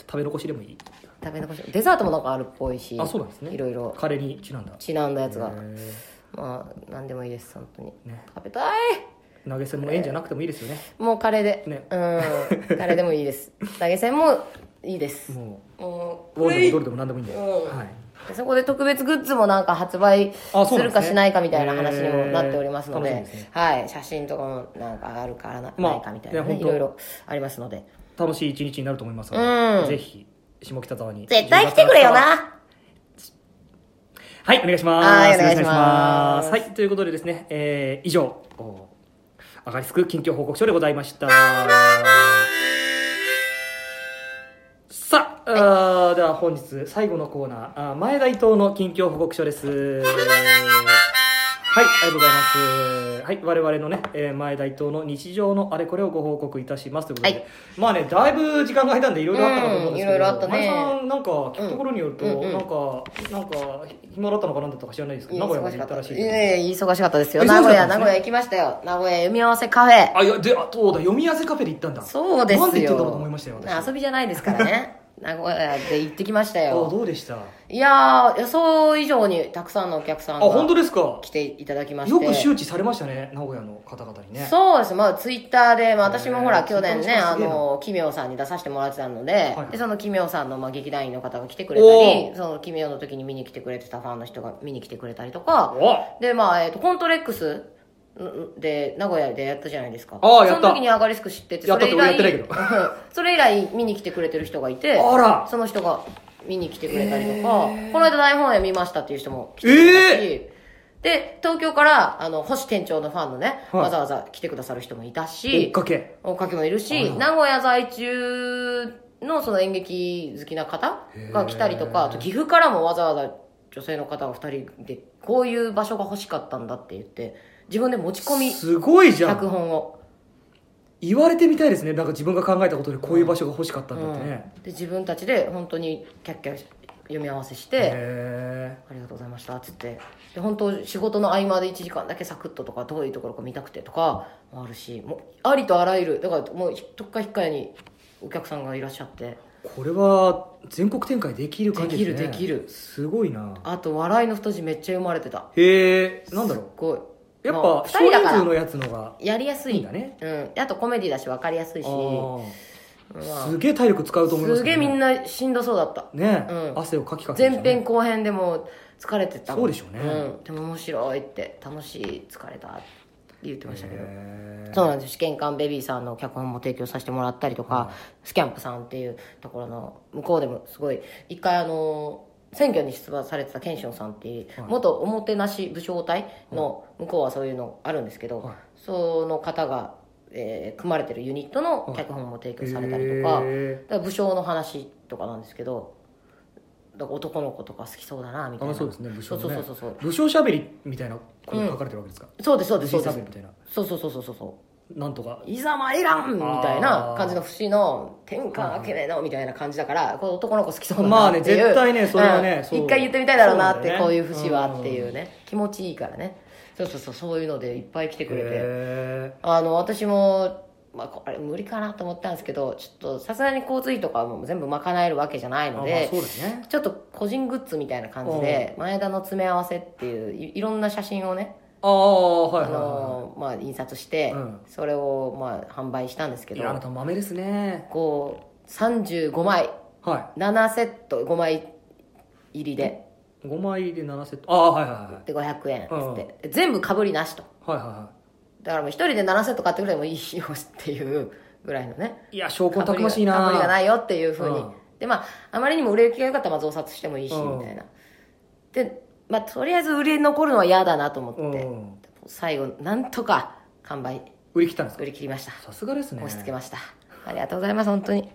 Speaker 4: 食べ残しでもいい。
Speaker 3: 食べ残し、デザートもなんかあるっぽいし、
Speaker 4: あ、そうなんですね。
Speaker 3: いろいろ、
Speaker 4: カレーにちなんだ。
Speaker 3: ちなんだやつが。
Speaker 4: へ
Speaker 3: まあ、なんでもいいです、本当に。
Speaker 4: ーね。
Speaker 3: 食べたい
Speaker 4: 投げ銭も円じゃなくてもいいですよね。
Speaker 3: もうカレーで、
Speaker 4: ね
Speaker 3: うんカレーでもいいです投げ銭もいいです
Speaker 4: も
Speaker 3: も
Speaker 4: う、
Speaker 3: うこ
Speaker 4: ウォールで
Speaker 3: れ
Speaker 4: もドルでも何でもいいんで。
Speaker 3: うん
Speaker 4: はい。
Speaker 3: そこで特別グッズもなんか発売す
Speaker 4: あそうなんですね
Speaker 3: るかしないかみたいな話にもなっておりますので
Speaker 4: へー楽しみですね
Speaker 3: はい、写真とかもなんかあるからな,、
Speaker 4: まあ
Speaker 3: いかみたいな、
Speaker 4: ね
Speaker 3: ね、
Speaker 4: 本
Speaker 3: い
Speaker 4: 当
Speaker 3: ろいろありますので
Speaker 4: 楽しい一日になると思います
Speaker 3: う
Speaker 4: の
Speaker 3: ん
Speaker 4: で、ぜひ、下北沢に。
Speaker 3: 絶対来てくれよな
Speaker 4: はい、お願いします。
Speaker 3: はい
Speaker 4: よろしく
Speaker 3: お願いします
Speaker 4: お願いしはい、ということでですね、えー、以上、おアガリスク近況報告書でございました。さあ、あーでは本日最後のコーナー、あー前田伊藤の近況報告書です。はい、ありがとうございます。はい、我々のね、えー前田伊藤の日常のあれこれをご報告いたしますということで、
Speaker 3: はい
Speaker 4: まあね、だいぶ時間が空いたんで、いろいろあったかと思うんですけど、
Speaker 3: うんいろいろあったね
Speaker 4: 前田さんなんか聞くところによると、
Speaker 3: うんうん
Speaker 4: なんか、なんか、暇だったのかなんだったか知らないですけど、名古
Speaker 3: 忙
Speaker 4: 屋ま
Speaker 3: し
Speaker 4: で
Speaker 3: か
Speaker 4: 行
Speaker 3: った
Speaker 4: ったらしい
Speaker 3: い
Speaker 4: です
Speaker 3: やいや忙しかったですよ
Speaker 4: え忙し
Speaker 3: 名
Speaker 4: かった
Speaker 3: 古
Speaker 4: んですね
Speaker 3: 屋名古屋行きましたよ名古屋読み合わせカフェ
Speaker 4: あ、いや、で、あ、そうだ、読み合わせカフェで行ったんだ。
Speaker 3: そうですよ
Speaker 4: なんで言ってんだろうと思いましたよ、私。
Speaker 3: 遊びじゃないですから ね名古屋で行ってきました
Speaker 4: あ、
Speaker 3: よ
Speaker 4: どうでしたあ、
Speaker 3: いやー予想以上にたくさんのお客さん
Speaker 4: 本当
Speaker 3: が
Speaker 4: ですか
Speaker 3: 来ていただきまして
Speaker 4: よく周知されましたね、名古屋の方々にね。
Speaker 3: そうですまあツイッターで、まあ、私もほ
Speaker 4: へ
Speaker 3: ら
Speaker 4: ー
Speaker 3: 去年
Speaker 4: ツイッ
Speaker 3: ね
Speaker 4: タ
Speaker 3: あ
Speaker 4: ーの人すげえな
Speaker 3: の奇妙さんに出させてもらってたので,、
Speaker 4: はい
Speaker 3: でその奇妙さんの、まあ、劇団員の方が来てくれた
Speaker 4: お
Speaker 3: りその奇妙の時に見に来てくれてたファンの人が見に来てくれたりとか
Speaker 4: お
Speaker 3: でまあ、えー、とコントレックスんで名古屋でやったじゃないですか
Speaker 4: あーやった
Speaker 3: その時にアガリスク知ってて
Speaker 4: やったって
Speaker 3: そ
Speaker 4: 俺
Speaker 3: れ
Speaker 4: や
Speaker 3: 以
Speaker 4: ってない
Speaker 3: 来
Speaker 4: けど
Speaker 3: それ以来見に来てくれてる人がいて
Speaker 4: あら
Speaker 3: その人が見に来てくれたりとか、この間大本営見ましたっていう人も来てくれたし、で東京からあの星店長のファンのね、
Speaker 4: はい
Speaker 3: わざわざ来てくださる人もいた
Speaker 4: 追
Speaker 3: し
Speaker 4: っかけ。
Speaker 3: おかけもいる
Speaker 4: はい
Speaker 3: し
Speaker 4: はい
Speaker 3: 名古屋在中のその演劇好きな方が来たりと
Speaker 4: へー
Speaker 3: かあと岐阜からもわざわざ女性の方が2人でこういう場所が欲しかったんだって言って自分で持ち込み
Speaker 4: すごいじゃ
Speaker 3: 脚
Speaker 4: ん。
Speaker 3: 本を、
Speaker 4: 言われてみたいですね。なんか自分が考えたことでこういう場所が欲しかったんだ
Speaker 3: う
Speaker 4: っ
Speaker 3: ん
Speaker 4: てね。
Speaker 3: で自分たちで本当にキャッキャ読み合わせして
Speaker 4: へ
Speaker 3: 「ありがとうございました」っつってで本当仕事の合間で1時間だけサクッととかどういうところか見たくてとかもあるしもうありとあらゆるだからもうひとっかひっかやにお客さんがいらっしゃって。
Speaker 4: え。これは全国展開できる感じですね。
Speaker 3: できるできる
Speaker 4: すごいな。
Speaker 3: あと笑いの太字めっちゃ読まれてた
Speaker 4: へえ。なんだろ。
Speaker 3: すっごいう
Speaker 4: やっ
Speaker 3: ま
Speaker 4: ぱ
Speaker 3: あ、
Speaker 4: 少
Speaker 3: 二人だ
Speaker 4: 人
Speaker 3: か
Speaker 4: 数の
Speaker 3: ら
Speaker 4: やつのが。
Speaker 3: やりやす
Speaker 4: いい
Speaker 3: い
Speaker 4: んだね
Speaker 3: うん、あとコメディだし分かりやすいし、
Speaker 4: あ
Speaker 3: ま
Speaker 4: ー
Speaker 3: あ
Speaker 4: すげえ体力使うと思います
Speaker 3: すげえみん
Speaker 4: な。
Speaker 3: なしんどそうだった
Speaker 4: ねえ
Speaker 3: うん
Speaker 4: 汗をかきかきでした
Speaker 3: 前
Speaker 4: ね
Speaker 3: 編後編でもう疲れてたもん
Speaker 4: そうでしょうね
Speaker 3: うん、でも面白いって楽しい疲れたって言ってましたけど
Speaker 4: へ
Speaker 3: そうなんですよ試験官ベビーさんの脚本も提供させてもらったりとか、スキャンプさんっていうところの向こうでもすごい一回あの選挙に出馬されてたケンションさんっていう、
Speaker 4: はい
Speaker 3: 元おもてなし武将隊の向こうはそういうのあるんですけど、
Speaker 4: はい
Speaker 3: その方が、えー組まれてるユニットの脚本も提供
Speaker 4: え
Speaker 3: されたりとか,、
Speaker 4: へ
Speaker 3: だから武将の話とかなんですけどだから男の子とか好きそうだなみ
Speaker 4: え
Speaker 3: たいな
Speaker 4: 楽しそうですね武将のね
Speaker 3: そうそうそうそう
Speaker 4: 武将しゃべりみたいなことが書かれてるわけですか
Speaker 3: そうですそうです
Speaker 4: 武将
Speaker 3: そうで
Speaker 4: しゃ
Speaker 3: す
Speaker 4: べりみたいな
Speaker 3: そうそうそうそうそうそう
Speaker 4: なんとか
Speaker 3: いざ参らんみたいな感じの節の、天下明けねえのみたいな感じだから、これ男の子好きそうだ
Speaker 4: まあ
Speaker 3: な
Speaker 4: ね
Speaker 3: っていう。
Speaker 4: 絶対ねそれはね
Speaker 3: うん
Speaker 4: そう
Speaker 3: 一回言ってみたいだろうなって、
Speaker 4: そうだよね
Speaker 3: こういう節はっていうね。気持ちいいからね。そうそうそう、そういうのでいっぱい来てくれて。
Speaker 4: へ
Speaker 3: あの、私も、まあ、これ無理かなと思ったんですけど、ちょっとさすがに交通費とかはもう全部賄えるわけじゃない
Speaker 4: ー
Speaker 3: の
Speaker 4: あまあ
Speaker 3: で、
Speaker 4: そうだね
Speaker 3: ちょっと個人グッズみたいな感じで、前田の詰め合わせっていうい、いろんな写真をね、
Speaker 4: ああはい
Speaker 3: あ
Speaker 4: はいは
Speaker 3: のまあ、印刷して、
Speaker 4: うん
Speaker 3: それを、まあ、販売したんですけ
Speaker 4: いいやあな
Speaker 3: ど、
Speaker 4: たも豆ですね
Speaker 3: こう、35枚、
Speaker 4: は
Speaker 3: 7セット5枚入りで、
Speaker 4: い5枚で7セットああーはいはいはい
Speaker 3: で、500円っ
Speaker 4: うん
Speaker 3: つって、全部かぶりなしと。
Speaker 4: はいはいは
Speaker 3: だからもう一人で7セット買ってくれてもいいよっていうぐらいのね。
Speaker 4: いいや証拠
Speaker 3: か
Speaker 4: た
Speaker 3: ぶ
Speaker 4: く
Speaker 3: り
Speaker 4: ま
Speaker 3: が
Speaker 4: しいな
Speaker 3: かぶりがないよっていうふうに、
Speaker 4: うん
Speaker 3: でまああまりにも売れ行きが良かったらまあ増刷してもいいし
Speaker 4: うん
Speaker 3: みたいな、でまあとりあえず売れ残るのは嫌だなと思って、
Speaker 4: うん
Speaker 3: 最後なんとか完売
Speaker 4: 売り切ったんですか
Speaker 3: 売り切りました
Speaker 4: さすがですね
Speaker 3: 押し付けました、ありがとうございます本当に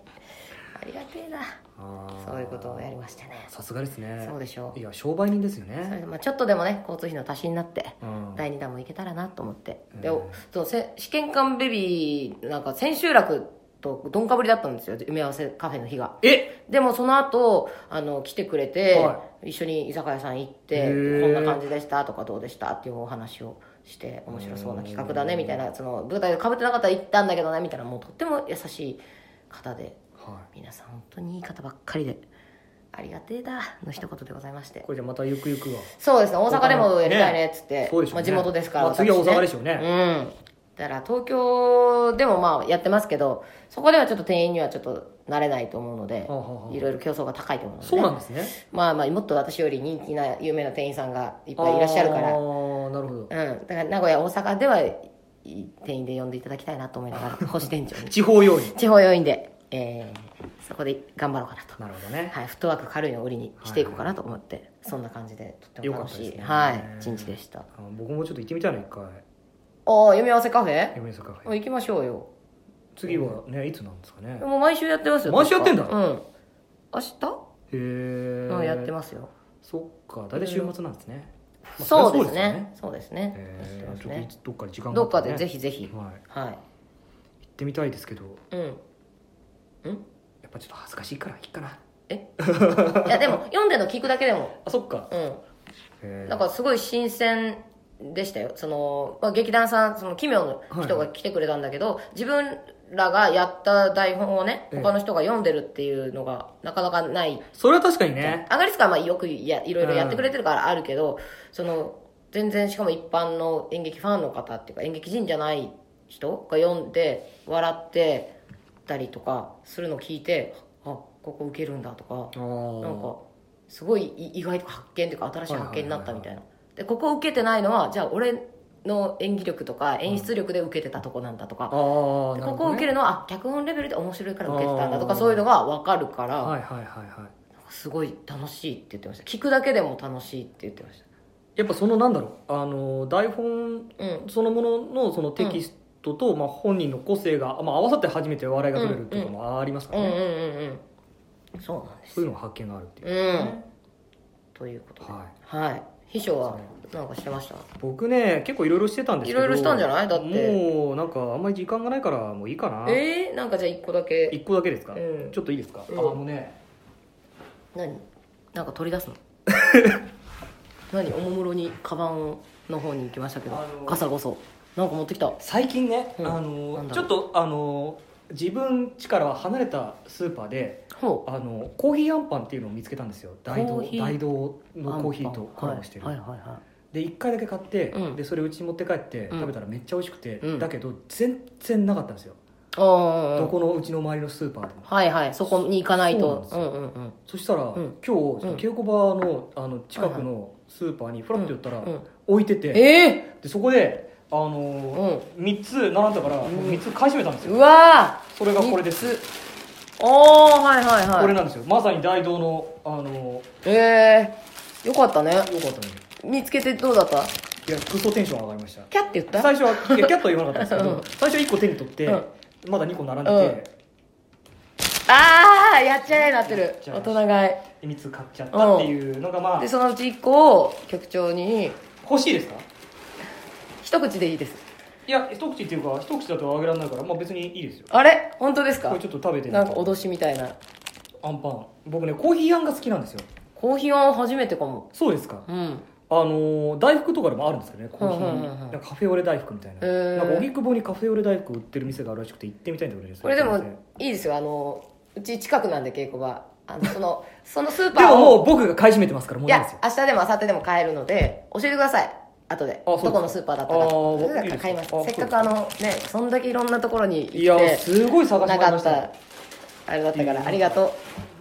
Speaker 3: ありがてえな
Speaker 4: あー
Speaker 3: そういうことをやりましてね
Speaker 4: さすがですね
Speaker 3: そうでしょう
Speaker 4: いや商売人ですよ
Speaker 3: それ
Speaker 4: ね
Speaker 3: でまあちょっとでもね交通費の足しになって、
Speaker 4: うん
Speaker 3: 第2弾もいけたらなと思って、で
Speaker 4: うん
Speaker 3: そうせ試験官ベビーなんか千秋楽とどんかぶりだったんですよ埋め合わせカフェの日が
Speaker 4: え
Speaker 3: でもその後あの来てくれて、
Speaker 4: は
Speaker 3: 一緒に居酒屋さん行って
Speaker 4: へー
Speaker 3: こんな感じでしたとかどうでしたっていうお話をして面白そうな企画だねみたいなその舞台でかぶってなかったら行ったんだけどねみたいなもうとっても優しい方で
Speaker 4: は
Speaker 3: 皆さん本当にいい方ばっかりでありがてえだの一言でございまし
Speaker 4: い
Speaker 3: て
Speaker 4: これじゃまたゆくゆくは
Speaker 3: そうですね大阪でもやりたいねっつって、
Speaker 4: ねそうでしょ
Speaker 3: ま
Speaker 4: うね
Speaker 3: あ、地元ですから、
Speaker 4: まあ次は大阪
Speaker 3: 私
Speaker 4: でしょうね
Speaker 3: うんだから東京でもまあやってますけどそこではちょっと店員にはちょっとなれないと思うので
Speaker 4: はあはあはあ
Speaker 3: いろいろ競争が高いと思うので、
Speaker 4: そうなんですね
Speaker 3: まあまあもっと私より人気な有名な店員さんがいっぱいいらっしゃるか
Speaker 4: あ
Speaker 3: らうん
Speaker 4: ーなるほど
Speaker 3: だから名古屋大阪ではいい店員で呼んでいただきたいなと思いなが ら星店長に
Speaker 4: 地方要員
Speaker 3: 地方要員で、えーそこで頑張ろうかなと
Speaker 4: なるほどね
Speaker 3: はい、フットワーク軽いのを売りにしていこうかなと思って、そんな感じでとっても楽しい、
Speaker 4: よかったですね
Speaker 3: はい一日でした
Speaker 4: あの僕もちょっと行ってみたいな一回
Speaker 3: ああ読み合わせカフェ
Speaker 4: 夢のカフ
Speaker 3: 行
Speaker 4: ェ
Speaker 3: きましょうよ
Speaker 4: 次はねいつなんですかね
Speaker 3: もう毎週やってますよ
Speaker 4: 毎週やってんだ
Speaker 3: 確かうん明日、
Speaker 4: へえ
Speaker 3: うんやってますよ
Speaker 4: そっか大体週末なんですねまあ
Speaker 3: そう
Speaker 4: りゃ
Speaker 3: ですねそうですね
Speaker 4: へ
Speaker 3: やってます
Speaker 4: ーちょっとい
Speaker 3: ね
Speaker 4: つどっかで時間があ
Speaker 3: どったから
Speaker 4: ね
Speaker 3: でぜひぜひ
Speaker 4: はい
Speaker 3: は
Speaker 4: 行ってみたいですけど
Speaker 3: いうん
Speaker 4: やっぱちょっと恥ずかしいからいいかない
Speaker 3: やでも読んでるの聞くだけでも
Speaker 4: あそっか
Speaker 3: う
Speaker 4: へ
Speaker 3: ん
Speaker 4: ー
Speaker 3: なんかすごい新鮮でしたよその、まあ、劇団さんその奇妙の人が来てくれたんだけど、自分らがやった台本をね
Speaker 4: ええ
Speaker 3: 他の人が読んでるっていうのがなかなかない
Speaker 4: それは確かにね
Speaker 3: アガリスクはまあよくやいろいろやってくれてるからあるけど、その全然しかも一般の演劇ファンの方っていうか演劇人じゃない人が読んで笑ってたりとかするのを聞いてあここ受けるんだとか
Speaker 4: あ
Speaker 3: なん
Speaker 4: ー
Speaker 3: かすごい意意外と発見というか新しい発見になったみたいなでここ受けてないのはじゃあ俺の演技力とか演出力で受けてたとこなんだと
Speaker 4: あ
Speaker 3: か、
Speaker 4: ー
Speaker 3: で
Speaker 4: なる
Speaker 3: こ
Speaker 4: ほ
Speaker 3: こ
Speaker 4: ど
Speaker 3: 受け
Speaker 4: ね
Speaker 3: るのはあ脚本レベルで面白いから受けてたんだとか
Speaker 4: あー
Speaker 3: そういうのが分かるから、
Speaker 4: はいはいはいはい
Speaker 3: すごい楽しいって言ってました聞くだけでも楽しいって言ってまし
Speaker 4: やっぱそのなんだろうあの台本
Speaker 3: たうん
Speaker 4: そのもののそのテキストと、まあ、本人の個性が、まあ、合わさって初めて笑いが取れるっていうのもありますか
Speaker 3: う
Speaker 4: ら
Speaker 3: ん
Speaker 4: ね、
Speaker 3: うんうんうんそうなんです
Speaker 4: そういうのが発見があるっていう、
Speaker 3: うんということで
Speaker 4: は
Speaker 3: はい秘書はなんかしてました
Speaker 4: い、僕ね結構いろいろしてたんですけど
Speaker 3: いろいろしたんじゃないだって
Speaker 4: もうなんかあんまり時間がないからもういいかな、
Speaker 3: えー、なんかじゃあ1個だけ
Speaker 4: 一個だけですか、
Speaker 3: うん
Speaker 4: ちょっといいですか、
Speaker 3: うん
Speaker 4: あのね
Speaker 3: 何なんか取り出 すの何おもむろにカバンの方に行きましたけど、
Speaker 4: あのー
Speaker 3: 傘こそなんか持ってきた
Speaker 4: 最近ね、
Speaker 3: うん
Speaker 4: あ
Speaker 3: な
Speaker 4: の
Speaker 3: んだ
Speaker 4: ち
Speaker 3: ろ
Speaker 4: ょ
Speaker 3: う
Speaker 4: っとあの自分家から離れたスーパーで
Speaker 3: ほう
Speaker 4: あのコーヒーあんパンっていうのを見つけたんですよ大
Speaker 3: コ
Speaker 4: 道
Speaker 3: ーヒー
Speaker 4: 大道のコーヒーとコラボしてる、
Speaker 3: はいはいはいはい
Speaker 4: で1回だけ買って、
Speaker 3: うん
Speaker 4: でそれうちに持って帰って
Speaker 3: うん
Speaker 4: 食べたらめっちゃ美味しくて、
Speaker 3: うん
Speaker 4: だけど全然なかったんですよ、
Speaker 3: あー
Speaker 4: どこのうちの周りのスーパーでも
Speaker 3: はいはいそこに行かないと
Speaker 4: そう
Speaker 3: うんうんうん
Speaker 4: そしたら、
Speaker 3: ん
Speaker 4: 今日その稽古場のあの近く
Speaker 3: はい
Speaker 4: のスーパーにフラッと寄ったら、
Speaker 3: うん
Speaker 4: 置いてて、
Speaker 3: え
Speaker 4: でそこで、あのー3つ並んだから
Speaker 3: ん
Speaker 4: 3つ買い占めたんです
Speaker 3: ー、う
Speaker 4: よ、
Speaker 3: わー
Speaker 4: それがこれです
Speaker 3: おーはいはいはい
Speaker 4: これなんですよまさに大道の、あの
Speaker 3: ええよかったね
Speaker 4: ーよかったね
Speaker 3: 見つけてどうだった
Speaker 4: いやクソテンション上がりました
Speaker 3: キャって言った
Speaker 4: 最初はいやキャッとは言わなかったんですけど、
Speaker 3: うん
Speaker 4: 最初1個手に取って、
Speaker 3: うん
Speaker 4: まだ2個並んでて、
Speaker 3: ああやっちゃえなってる
Speaker 4: やっちゃい
Speaker 3: 大
Speaker 4: ました
Speaker 3: 人買い
Speaker 4: で3つ買っちゃったっていうのがまあ
Speaker 3: でそのうち1個を局長に
Speaker 4: 欲しいですか
Speaker 3: 一口でいいです
Speaker 4: いや一口っていうか一口だとあげられないからまあ別にいいですよ
Speaker 3: あれ本当です
Speaker 4: こ
Speaker 3: か
Speaker 4: れちょっと食べて
Speaker 3: なんか脅しみたいな
Speaker 4: アンパン僕ねコーヒーあんが好きなんですよ
Speaker 3: コーヒーは初めてかも
Speaker 4: そうですか
Speaker 3: うん
Speaker 4: あのー大福とかでもあるんですけどねコーヒー
Speaker 3: うんうん
Speaker 4: に
Speaker 3: うんうん
Speaker 4: なんかカフェオレ大福みたいな
Speaker 3: へー
Speaker 4: なんか荻窪にカフェオレ大福売ってる店があるらしくて行ってみたいんだけどね
Speaker 3: これで
Speaker 4: そね
Speaker 3: もいいですよあのうち近くなんで稽古場 あのそのそのスーパ
Speaker 4: で
Speaker 3: ー
Speaker 4: も
Speaker 3: を
Speaker 4: もう僕が買い占めてますからもう
Speaker 3: い
Speaker 4: ないで
Speaker 3: や
Speaker 4: すよ
Speaker 3: 明日でも明後日でも買えるので教えてください後で
Speaker 4: あそ
Speaker 3: ど
Speaker 4: うです
Speaker 3: このスーパーだったか
Speaker 4: あー
Speaker 3: それだ
Speaker 4: い
Speaker 3: った
Speaker 4: いで
Speaker 3: ら
Speaker 4: す
Speaker 3: 買います
Speaker 4: あそう
Speaker 3: せ
Speaker 4: で
Speaker 3: っ
Speaker 4: す
Speaker 3: かくあのねそんだけいろんなところに
Speaker 4: い
Speaker 3: 行っ
Speaker 4: や
Speaker 3: て
Speaker 4: すごい探し
Speaker 3: な
Speaker 4: てまいり
Speaker 3: か
Speaker 4: ま
Speaker 3: っ
Speaker 4: したよ
Speaker 3: たあれだったから
Speaker 4: うん
Speaker 3: ありがと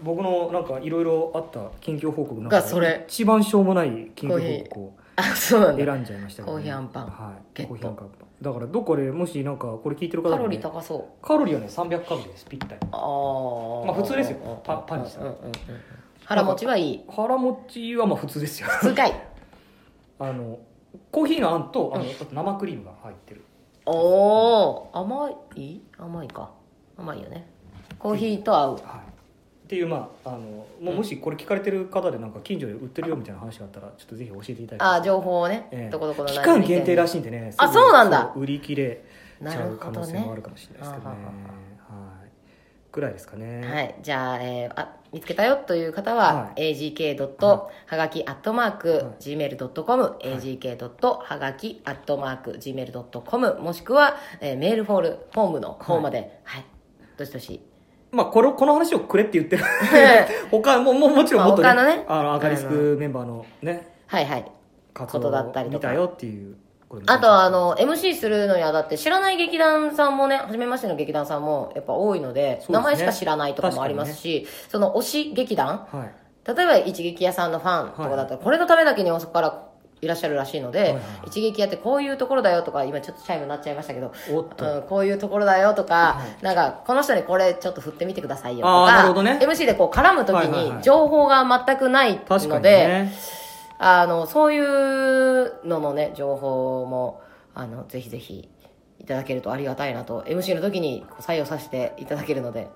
Speaker 4: 僕のなんかいろいろあった近況報告の中
Speaker 3: が
Speaker 4: で
Speaker 3: それ
Speaker 4: 一番しょうもない近況報告を
Speaker 3: うあそうなん
Speaker 4: 選
Speaker 3: だ
Speaker 4: んじゃいましたけど
Speaker 3: コーヒーあんパン
Speaker 4: はい
Speaker 3: ゲット
Speaker 4: コーヒーあんパンだからどこでもしなんかこれ聞いてる方
Speaker 3: カ
Speaker 4: で
Speaker 3: ロ
Speaker 4: も
Speaker 3: リ
Speaker 4: ね
Speaker 3: ー高そう
Speaker 4: カロリーはね300カロリーですぴったり
Speaker 3: ああ
Speaker 4: まあ普通ですよ
Speaker 3: うんうんうん
Speaker 4: パパンにした
Speaker 3: うんうんうん腹持ちはい い
Speaker 4: 腹持ちはまあ普通で すよ
Speaker 3: 普通かい
Speaker 4: あのコーヒーのあんとあのあと生クリームが入ってる
Speaker 3: おー甘い甘いか甘いよねコーヒーと合う
Speaker 4: はいっていうまああのもうもしこれ聞かれてる方でなんか近所で売ってるよみたいな話があったらちょっとぜひ教えていただきたい
Speaker 3: あー情報をね、
Speaker 4: ええ
Speaker 3: どこどこの
Speaker 4: 期
Speaker 3: 何
Speaker 4: 間
Speaker 3: 々店
Speaker 4: 限定らしいんでね
Speaker 3: あ
Speaker 4: すぐ
Speaker 3: そうなんだ
Speaker 4: そう売り切れち
Speaker 3: な
Speaker 4: ゃ
Speaker 3: る
Speaker 4: う可
Speaker 3: ほ
Speaker 4: 能
Speaker 3: ど
Speaker 4: 性もあ
Speaker 3: ね
Speaker 4: るかもしれないですけどね
Speaker 3: あはは
Speaker 4: はいぐらいですかね
Speaker 3: はいじゃあ,、えーあ見つけたよという方
Speaker 4: は
Speaker 3: は、
Speaker 4: い
Speaker 3: agk.
Speaker 4: は
Speaker 3: はがきアットマーク gmail.com、agk. はがきアットマーク gmail.com もしくは、えーメールフォールフォームの方まではい、どしど し
Speaker 4: まあこれこの話をくれって言ってる
Speaker 3: え
Speaker 4: 他もももちろんもっとね,、
Speaker 3: まあ他のね
Speaker 4: あのアガリスクメンバーのね
Speaker 3: はいはい
Speaker 4: 活動
Speaker 3: ことだったりとか
Speaker 4: 見たよっていうことも
Speaker 3: あとはあの MC するのにあたって知らない劇団さんもね初めましての劇団さんもやっぱ多いので
Speaker 4: すね
Speaker 3: 名前しか知らないとかもありますし、その推し劇団
Speaker 4: はい
Speaker 3: 例えば一撃屋さんのファンとかだったら、これのためだけに大阪からいらっしゃるらしいので、
Speaker 4: いはいはい
Speaker 3: 一撃屋ってこういうところだよとか今ちょっとチャイムになっちゃいましたけど、
Speaker 4: おっと
Speaker 3: うん、こういうところだよとか、なんかこの人にこれちょっと振ってみてくださいよと
Speaker 4: あー
Speaker 3: か
Speaker 4: なるほどね
Speaker 3: MC でこう絡む時
Speaker 4: はいはいはい
Speaker 3: に情報が全くないので、
Speaker 4: 確かにね
Speaker 3: あの、そういうののね、情報も、あの、ぜひぜひ、いただけるとありがたいなと、MC の時に採用させていただけるので。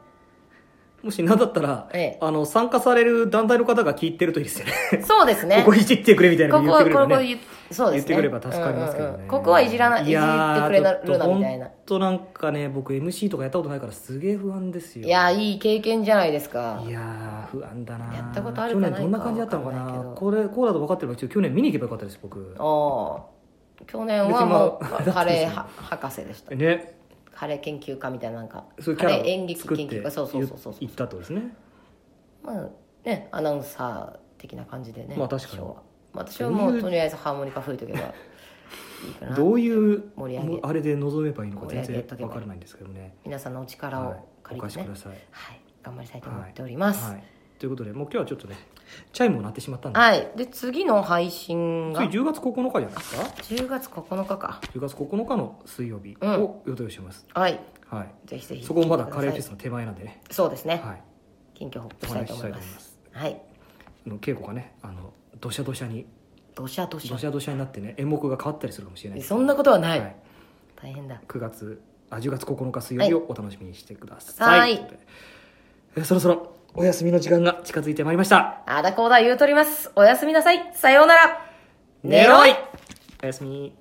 Speaker 4: もしなんだったら、
Speaker 3: ええ
Speaker 4: あの参加される団体の方が聞いてるといいですよね
Speaker 3: そうですね。
Speaker 4: ここいじってくれみたいな
Speaker 3: こ
Speaker 4: の
Speaker 3: こ
Speaker 4: 言ってくれ
Speaker 3: こ
Speaker 4: るね
Speaker 3: こ言っそうですね。
Speaker 4: 言ってくれば助かりますけどね、
Speaker 3: うんうんうんここはいじらない、いじってくれ
Speaker 4: や
Speaker 3: な
Speaker 4: ー
Speaker 3: るな、みたいな。
Speaker 4: ちょっとなんかね僕 MC とかやったことないからすげえ不安ですよ
Speaker 3: いやー、いい経験じゃないですか
Speaker 4: い。やー不安だな
Speaker 3: やったことあるかない
Speaker 4: 去
Speaker 3: か
Speaker 4: 年どんな感じだったのかな
Speaker 3: わかんないけど
Speaker 4: これこうだと分かってればちょっと去年見に行けばよかったです僕
Speaker 3: おー去年はも
Speaker 4: 別に
Speaker 3: う、
Speaker 4: まあ
Speaker 3: カレーは博士でした。
Speaker 4: ね
Speaker 3: カレー研究家みたいな、なんか、
Speaker 4: そういうキ
Speaker 3: カ
Speaker 4: ャ
Speaker 3: レ
Speaker 4: ラ
Speaker 3: ー演
Speaker 4: を
Speaker 3: 劇
Speaker 4: 作って
Speaker 3: 研
Speaker 4: 言
Speaker 3: 究家、そうそうそうそう。
Speaker 4: 行ったってことですね
Speaker 3: まあね、アナウンサー的な感じでね、
Speaker 4: まあ確かに
Speaker 3: ショーはまあ私はも
Speaker 4: どう
Speaker 3: う
Speaker 4: いう
Speaker 3: とりあえずハーモニカ吹いとけばいいかな
Speaker 4: どういう
Speaker 3: 盛り上げ
Speaker 4: もうあれで臨めばいいのか
Speaker 3: 盛り
Speaker 4: 全
Speaker 3: 上げ
Speaker 4: 然
Speaker 3: とけば
Speaker 4: 分からないんですけどね
Speaker 3: 皆さんのお力
Speaker 4: は
Speaker 3: を
Speaker 4: い
Speaker 3: 借
Speaker 4: お
Speaker 3: り
Speaker 4: 貸して
Speaker 3: ね、
Speaker 4: く
Speaker 3: は
Speaker 4: だ
Speaker 3: い
Speaker 4: さい
Speaker 3: 頑張りたいと思
Speaker 4: は
Speaker 3: っ
Speaker 4: い
Speaker 3: ております
Speaker 4: は
Speaker 3: はい、
Speaker 4: いということでもう今日はちょっとねチャイムも鳴ってしまったんで
Speaker 3: で次の配信が
Speaker 4: 次10月9日じゃないですか
Speaker 3: 10月9日か
Speaker 4: 10月9日の水曜日を予定してます、
Speaker 3: はい
Speaker 4: はい
Speaker 3: ぜひぜひ
Speaker 4: そこもまだカレーフェス
Speaker 3: の
Speaker 4: の手前なんでね
Speaker 3: そうですね、
Speaker 4: はい
Speaker 3: 近況報告
Speaker 4: お
Speaker 3: したい
Speaker 4: 話
Speaker 3: と
Speaker 4: しし
Speaker 3: 思
Speaker 4: た
Speaker 3: い
Speaker 4: いと
Speaker 3: ま
Speaker 4: 思い
Speaker 3: す
Speaker 4: ます
Speaker 3: はい
Speaker 4: あの稽古がねあのどしゃどしゃに
Speaker 3: どしゃどし
Speaker 4: ど
Speaker 3: ゃ
Speaker 4: しゃどしゃになってね演目が変わったりするかもしれない
Speaker 3: そんなことはない、
Speaker 4: はい
Speaker 3: 大変だ
Speaker 4: 9月あ10月9日水曜日
Speaker 3: は
Speaker 4: をお楽しみにしてください、
Speaker 3: はい
Speaker 4: ということでえそろそろお休みの時間が近づいてまいりました
Speaker 3: あだこうだ言うとりますおやすみなさいさようなら
Speaker 4: 寝ろいおやすみ